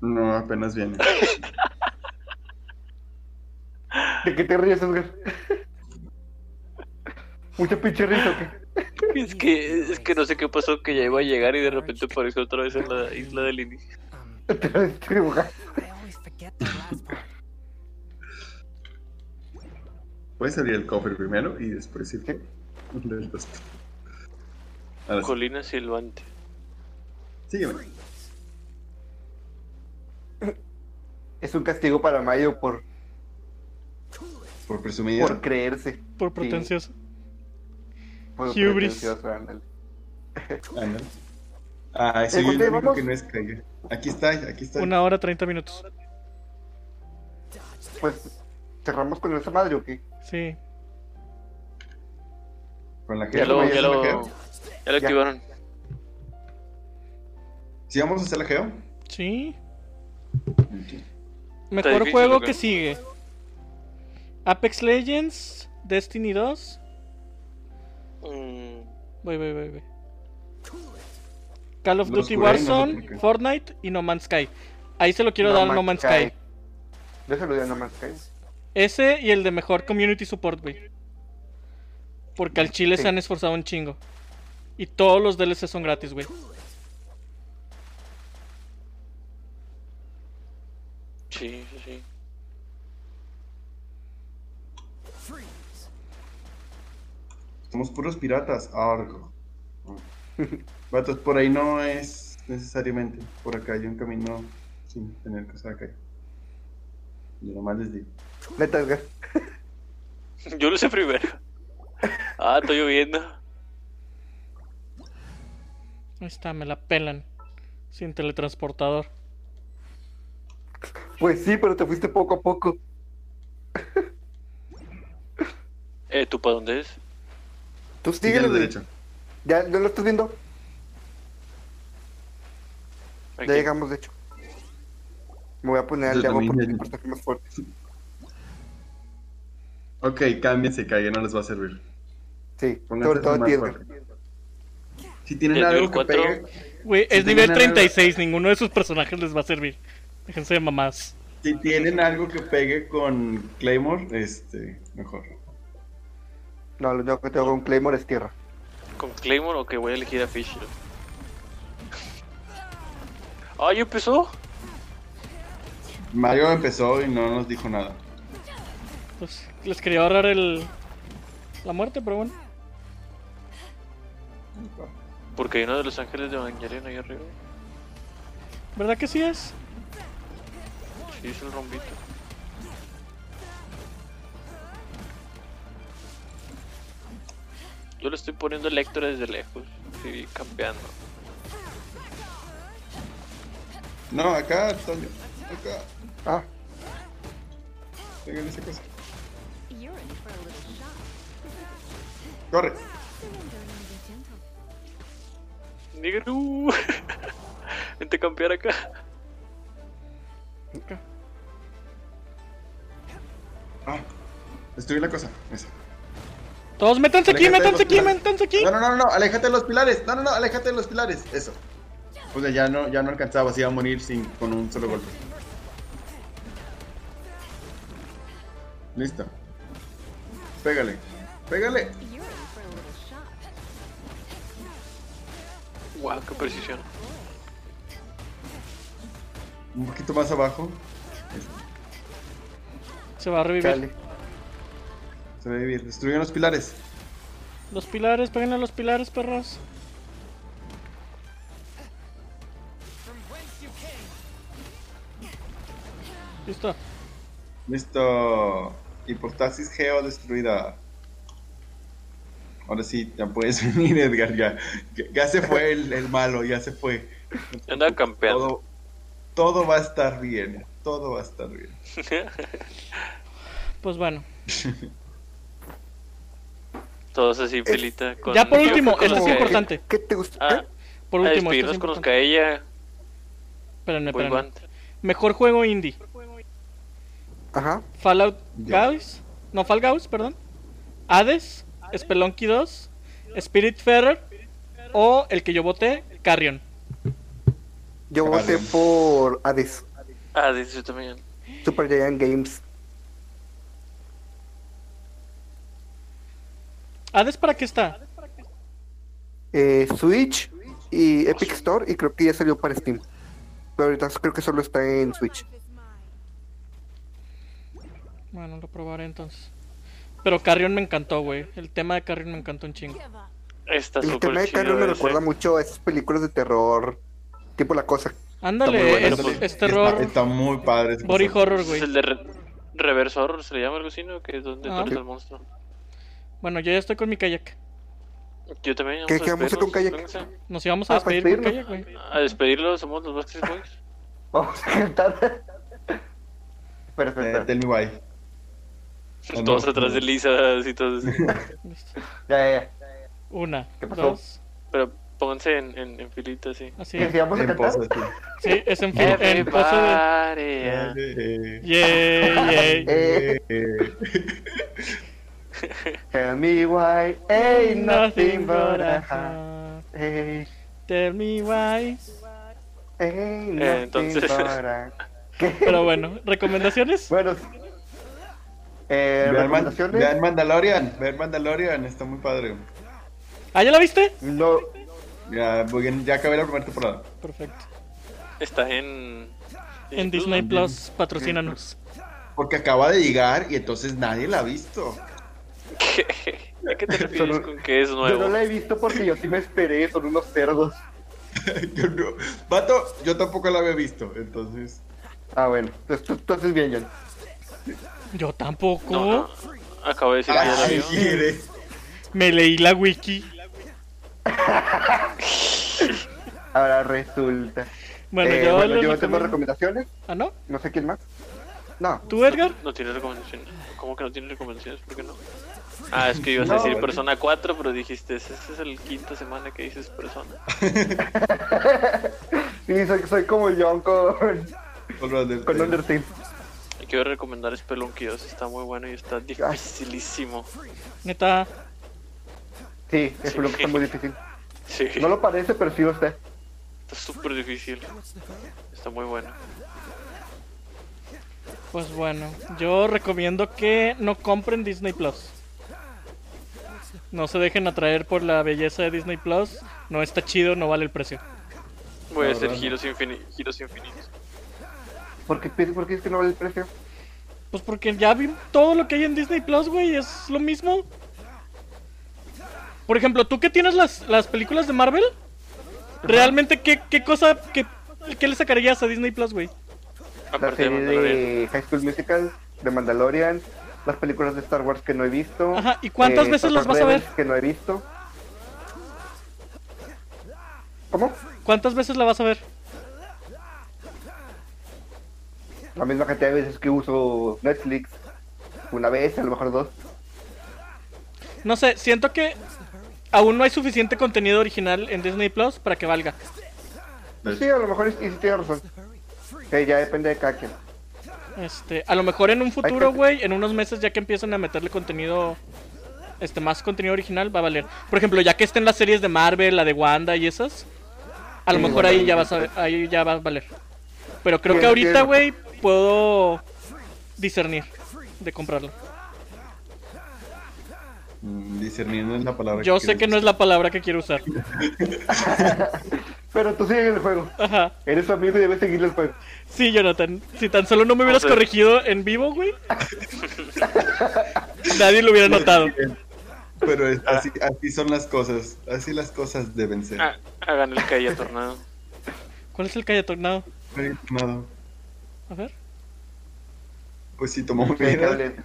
S3: No, apenas viene.
S2: ¿De qué te ríes, Edgar? Mucha pinche risa, ¿o qué?
S1: Es que, es que no sé qué pasó, que ya iba a llegar y de repente apareció otra vez en la isla del inicio.
S5: Um,
S2: [laughs] Te la distribuja.
S5: I always forget the last part.
S3: Puedes abrir el cofre primero y después ir
S2: ¿Qué?
S3: del resto. Ahora sí.
S1: Colina silbante.
S3: Sígueme.
S2: Es un castigo para Mayo por,
S3: Por presumido.
S2: por creerse.
S4: Por
S2: Sí,
S4: pretencioso.
S2: por
S4: Hubris.
S2: pretencioso, ándale.
S3: Ándale. Ah, soy
S2: Eh,
S3: el
S2: Jorge,
S3: único
S2: vamos.
S3: que no es caiga. Aquí está, aquí está.
S4: Una hora, treinta minutos.
S6: Dodge
S2: Pues, ¿cerramos con esa madre o qué?
S4: Sí.
S3: Con la
S1: Ya
S3: Ger,
S1: lo,
S3: ¿no?
S1: ya
S3: ¿Ya
S1: lo,
S3: es la
S1: ya
S3: Ger?
S1: lo
S2: Ya.
S1: activaron.
S3: ¿Sí vamos a hacer la geo?
S4: Sí.
S3: Ok.
S4: Mejor
S1: difícil,
S4: juego
S1: ¿o qué?
S4: que sigue. Apex Legends, Destiny 2.
S1: Mm,
S4: Voy, voy, voy, voy. Call of
S3: Los
S4: Duty
S3: Kurei, no sé
S4: Warzone,
S3: por qué.
S4: Fortnite y No Man's Sky. Ahí se lo quiero dar a No Man's Sky.
S2: Yo se lo doy a No Man's Sky.
S4: Ese y el de mejor Community Support, güey. Porque al chile
S2: Sí.
S4: se han esforzado un chingo. Y todos los DLC son gratis, güey.
S1: sí, sí, sí.
S6: Freeze.
S3: Somos puros piratas. Argo. Vatos, por ahí no es necesariamente. Por acá hay un camino sin tener que usar acá. Yo nomás les digo.
S2: Neta, Edgar.
S1: Yo lo sé [laughs] primero. Ah, estoy lloviendo.
S4: Ahí está, me la pelan. Sin teletransportador.
S2: Pues sí, pero te fuiste poco a poco.
S1: Eh, ¿tú para dónde es?
S2: Tú
S3: Sigue a
S2: síguele,
S3: la
S2: güey.
S3: derecha.
S2: Ya, ¿no lo estás viendo?
S1: Aquí.
S2: Ya llegamos, de hecho. Me voy a poner al
S3: Yo
S2: de agua
S3: también
S2: porque
S3: ya-
S2: el personaje más fuerte.
S3: Ok, cámbiense, caigan, no les va a servir.
S2: Sí,
S3: Pónganse
S2: sobre todo
S3: más
S2: a ti, Edgar.
S3: fuerte. Si tienen
S1: Ya
S3: algo
S1: tuve
S3: que
S1: cuatro.
S3: pegue,
S4: Güey,
S3: Sí,
S4: es nivel
S3: también era-
S4: 36, ninguno de sus personajes les va a servir. Déjense de mamás.
S3: si tienen algo que pegue con Claymore, este, mejor.
S2: No, lo único que tengo con Claymore es tierra.
S1: ¿Con Claymore o que voy a elegir a Fisher? Ah, ¿ya empezó?
S3: Mario empezó y no nos dijo nada.
S4: Pues les quería ahorrar el. La muerte, pero bueno.
S1: Porque hay uno de los ángeles de Evangelion ahí arriba.
S4: ¿Verdad que sí es?
S1: Sí, es un rombito. Yo le estoy poniendo el Héctor desde lejos. Sí, campeando.
S3: No, acá, Toño. Acá,
S2: Ah,
S3: pégale esa cosa.
S7: You're in for a little shock.
S3: Corre.
S7: Remember to be gentle.
S1: Nigga, no. [laughs] Vente a campear acá.
S3: Ah, estuve en la cosa. Esa.
S4: Todos métanse aquí,
S3: Aléjate de
S4: métanse
S3: los
S4: aquí,
S3: pilares.
S4: métanse aquí.
S3: No, no, no, no, aléjate de los pilares. No, no, no, aléjate de los pilares. Eso. O sea, ya no, ya no alcanzaba, se iba a morir sin, con un solo golpe. Listo. Pégale. Pégale.
S7: You're in for a little shock.
S1: Wow, qué precisión.
S3: Un poquito más abajo.
S4: Se va a revivir.
S2: chale.
S3: Se ve bien. Destruyen los pilares.
S4: Los pilares, peguen a los pilares, perros. Listo.
S3: Listo. Hipostasis geo destruida. Ahora sí, ya puedes [laughs] venir, Edgar. Ya, ya, ya se fue el, el malo, ya se fue.
S1: Yo andaba campeando.
S3: Todo, todo va a estar bien. Todo va a estar bien.
S4: Pues bueno.
S1: Todos así, filita. con-
S4: ya por
S1: yo
S4: último,
S1: con
S4: esto
S1: los
S4: es
S1: que-
S4: importante.
S2: ¿Qué te gusta? ¿Eh?
S1: Ah,
S4: Por
S1: a
S4: último, esto
S1: despedirnos
S4: es
S1: con los
S4: importante.
S1: que a ella.
S4: Espérenme,
S1: Voy
S4: espérenme.
S1: guante.
S4: Mejor juego indie.
S2: Ajá.
S4: Fallout
S3: Ya.
S4: Guys. No, Fall Guys, perdón. Hades, Spelunky 2, Spiritfarer o el que yo voté, Carrion.
S2: Yo
S3: Vale.
S2: voté por Hades.
S1: Ah, dice yo también.
S2: Super Giant Games.
S4: ¿Hades para qué está?
S2: Eh, Switch y Epic Store. Y creo que ya salió para Steam. Pero ahorita creo que solo está en Switch.
S4: Bueno, lo probaré entonces. Pero Carrion me encantó, güey. El tema de Carrion me encantó un chingo.
S7: Give up.
S1: Está
S2: El
S1: súper
S2: tema de
S1: chido
S2: Carlos me
S1: ese.
S2: recuerda mucho a esas películas de terror. Tipo la cosa.
S4: Ándale,
S1: bueno,
S4: es,
S1: pero
S4: es
S1: pues,
S4: terror,
S3: Está, está muy padre. ese
S4: body
S3: concepto.
S4: horror,
S1: Es
S4: güey.
S1: el de re- reverse horror, se le llama algo así, ¿no? Que es donde tú
S4: Ah.
S1: eres el monstruo.
S4: Bueno, yo ya estoy con mi kayak.
S1: Yo también.
S2: ¿Qué-
S1: vamos a
S2: qué vamos a con
S1: despedirnos,
S2: Kayak?
S1: vénganse.
S4: Nos íbamos a
S2: Ah, para
S4: despedir con kayak,
S2: despedirnos.
S4: güey.
S1: A despedirlo, somos los Backstreet Boys.
S2: Vamos a cantar. Espera, espera,
S3: Eh,
S2: espera.
S3: tell me why. Ah,
S1: Todos
S3: no.
S1: atrás de Lisa y todos así.
S4: Listo.
S2: Ya, ya, ya.
S4: Una,
S2: ¿Qué pasó?
S4: dos.
S1: Pero pónganse en, en, en filita así.
S4: Así
S2: ¿Y si vamos a
S3: En
S2: cantar?
S3: pose, sí.
S4: [laughs] Sí, es en, fi- en pose de.
S1: Everybody. ah.
S3: Eh,
S2: [laughs]
S4: Yay, yay.
S2: Eh,
S3: eh,
S2: tell me why
S1: [laughs]
S2: ain't nothing but a heart.
S4: heart.
S2: Eh,
S4: Tell me why.
S2: ain't nothing
S1: Eh, entonces-
S2: but a- ¿Qué?
S4: Pero bueno,
S2: [laughs]
S4: ¿recomendaciones?
S2: Bueno. Eh,
S3: Vean, Man-
S2: ¿Recomendaciones?
S3: vean Mandalorian, vean Mandalorian, está muy padre.
S4: ¿Ah, ya la viste?
S2: No.
S3: Ya, voy en- ya acabé la primera temporada.
S4: Perfecto.
S1: Está en.
S4: En Disney Plus, patrocínanos.
S3: Porque acaba de llegar y entonces nadie la ha visto.
S1: ¿Qué? ¿A
S4: [laughs]
S1: qué te refieres
S2: Solo-
S1: con que es
S2: Yo no
S1: nuevo?
S2: la he visto porque yo sí me esperé, son unos cerdos.
S3: [laughs] Yo no- Vato, yo tampoco la había visto, entonces.
S2: Ah, bueno, entonces tú, tú haces bien, John. pues.
S4: Yo tampoco.
S1: No, no. Acabo de decir que ya la
S3: Ay,
S1: vio.
S3: mire.
S4: Me leí la wiki.
S2: Ahora resulta.
S4: Bueno,
S2: Eh,
S4: yo
S2: bueno, yo
S4: les
S2: tengo
S4: recomiendo-
S2: recomendaciones,
S4: ¿Ah, no?
S2: no sé quién más. No,
S4: ¿Tú, Edgar?
S1: No tiene recomendaciones. ¿Cómo que no tiene recomendaciones? ¿Por qué no? Ah, es que ibas
S2: No,
S1: a decir
S2: vale.
S1: Persona 4, pero dijiste, este es el quinta semana que dices Persona.
S2: sí, soy, soy como John con,
S3: Solo Undertale.
S2: con Undertale.
S1: Y Quiero recomendar Spelunky 2, está muy bueno y está dificilísimo.
S4: Neta.
S2: Sí, es un que es muy difícil.
S1: Sí,
S2: No lo parece, pero sí lo está.
S1: está súper difícil. Está muy bueno.
S4: Pues bueno, yo recomiendo que no compren Disney Plus. No se dejen atraer por la belleza de Disney Plus. No está chido, no vale el precio.
S1: Voy a
S3: La
S1: hacer
S3: verdad,
S1: giros, infini- giros infinitos.
S2: ¿Por qué, por qué es que no vale el precio?
S4: Pues porque ya vi todo lo que hay en Disney Plus, güey, es lo mismo. Por ejemplo, tú que tienes las, las películas de Marvel, ¿realmente qué, qué cosa, qué, qué le sacarías a Disney Plus, güey?
S2: La
S1: Aparte de
S2: serie
S1: Ah, Mandalorian.
S2: de High School Musical, de Mandalorian, las películas de Star Wars que no he visto.
S4: Ajá, ¿y cuántas veces
S2: Star
S4: las vas a ver?
S2: Rebels Que no he visto. ¿Cómo?
S4: ¿Cuántas veces la vas a ver?
S2: La misma cantidad de veces que uso Netflix. Una vez, a lo mejor dos.
S4: No sé, siento que aún no hay suficiente contenido original en Disney Plus para que valga.
S2: Pues Sí, a lo mejor es- y sí tiene razón. Sí, ya depende de cada quien.
S4: Este, a lo mejor en un futuro,
S2: gente-
S4: güey, en unos meses ya que empiecen a meterle contenido, este, más contenido original, va a valer. Por ejemplo, ya que estén las series de Marvel, la de Wanda y esas, a lo
S2: Sí,
S4: mejor
S2: Wanda
S4: ahí
S2: y
S4: ya vas a, ahí ya va a valer. Pero creo
S2: Sí,
S4: que ahorita,
S2: entiendo.
S4: güey, puedo discernir de comprarlo.
S3: Mm, Discernir no es la palabra.
S4: Yo sé que no es la palabra que quiero usar.
S2: Pero tú sigues el juego.
S4: Ajá.
S2: Eres su amigo y debes seguir el juego.
S4: Sí, Jonathan, si tan solo no me hubieras
S1: O sea-
S4: corregido en vivo, güey, nadie lo hubiera notado.
S3: [laughs] Pero es- así, así son las cosas. Así las cosas deben ser.
S1: Ah, hagan el calle tornado.
S4: ¿Cuál es el calle tornado?
S3: No hay nada.
S4: A ver.
S3: Pues sí, tomó muy
S2: Sí,
S3: bien.
S2: dale.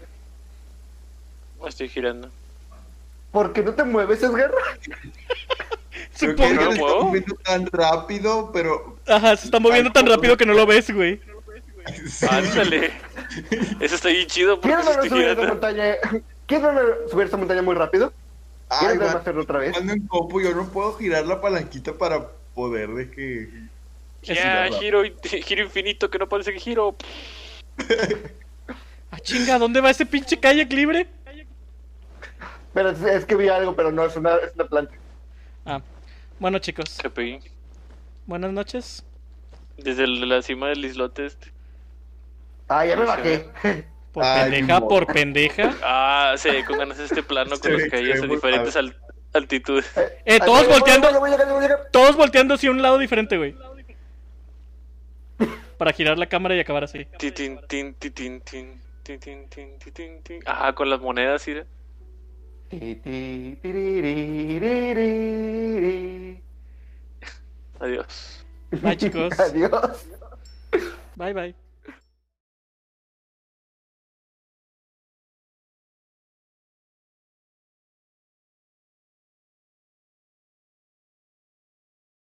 S1: Estoy girando.
S2: ¿Por qué no te mueves, Edgar?
S3: Creo que
S4: Supongo-
S3: no
S1: ¿no,
S3: lo está
S1: huevo?
S3: moviendo tan rápido, pero. [laughs]
S4: Ajá, se está moviendo tan rápido que no lo ves, güey.
S1: Ándale. Eso está bien chido porque
S2: ¿Quién
S1: [laughs] sí
S2: no
S1: estoy
S2: subir esa
S1: girando.
S2: montaña? [laughs] ¿Quién no subir esa montaña muy rápido?
S3: Ay,
S2: ¿Quién
S3: va,
S2: a hacerlo otra vez?
S3: jugando en copo, yo no puedo girar la palanquita para poder de que.
S1: Ya, giro, in- giro infinito que no parece que giro.
S4: Ah, chinga, ¿dónde va ese pinche calle libre?
S2: Pero es, es que vi algo, pero no, es una, es una planta.
S4: Ah, bueno, chicos,
S1: Que pegué.
S4: buenas noches.
S1: Desde el- la cima del islote este.
S2: Ah, ya me
S1: Sí,
S2: bajé.
S4: Por
S3: Ay,
S4: pendeja,
S3: mi
S4: por pendeja.
S1: Ah, se ve con ganas este plano
S3: Se
S1: con los
S3: ve-
S1: que
S3: se ve
S1: en
S3: muy
S1: diferentes al- altitudes.
S4: Eh,
S2: [laughs] Ay,
S4: todos
S2: voy, voy,
S4: volteando,
S2: voy, voy, voy, voy, voy, voy.
S4: todos volteando hacia un lado diferente, güey. Para girar la cámara y acabar así.
S1: Tin, tin, tin, tin, tin, tin, tin, tin, tin, tin, tin, tin. Ah, con las monedas, mira.
S2: Ti, ti, ti, ri, ri, ri, ri, ri.
S1: Adiós.
S4: Bye,
S2: [laughs]
S4: chicos.
S2: Adiós.
S4: Bye, bye.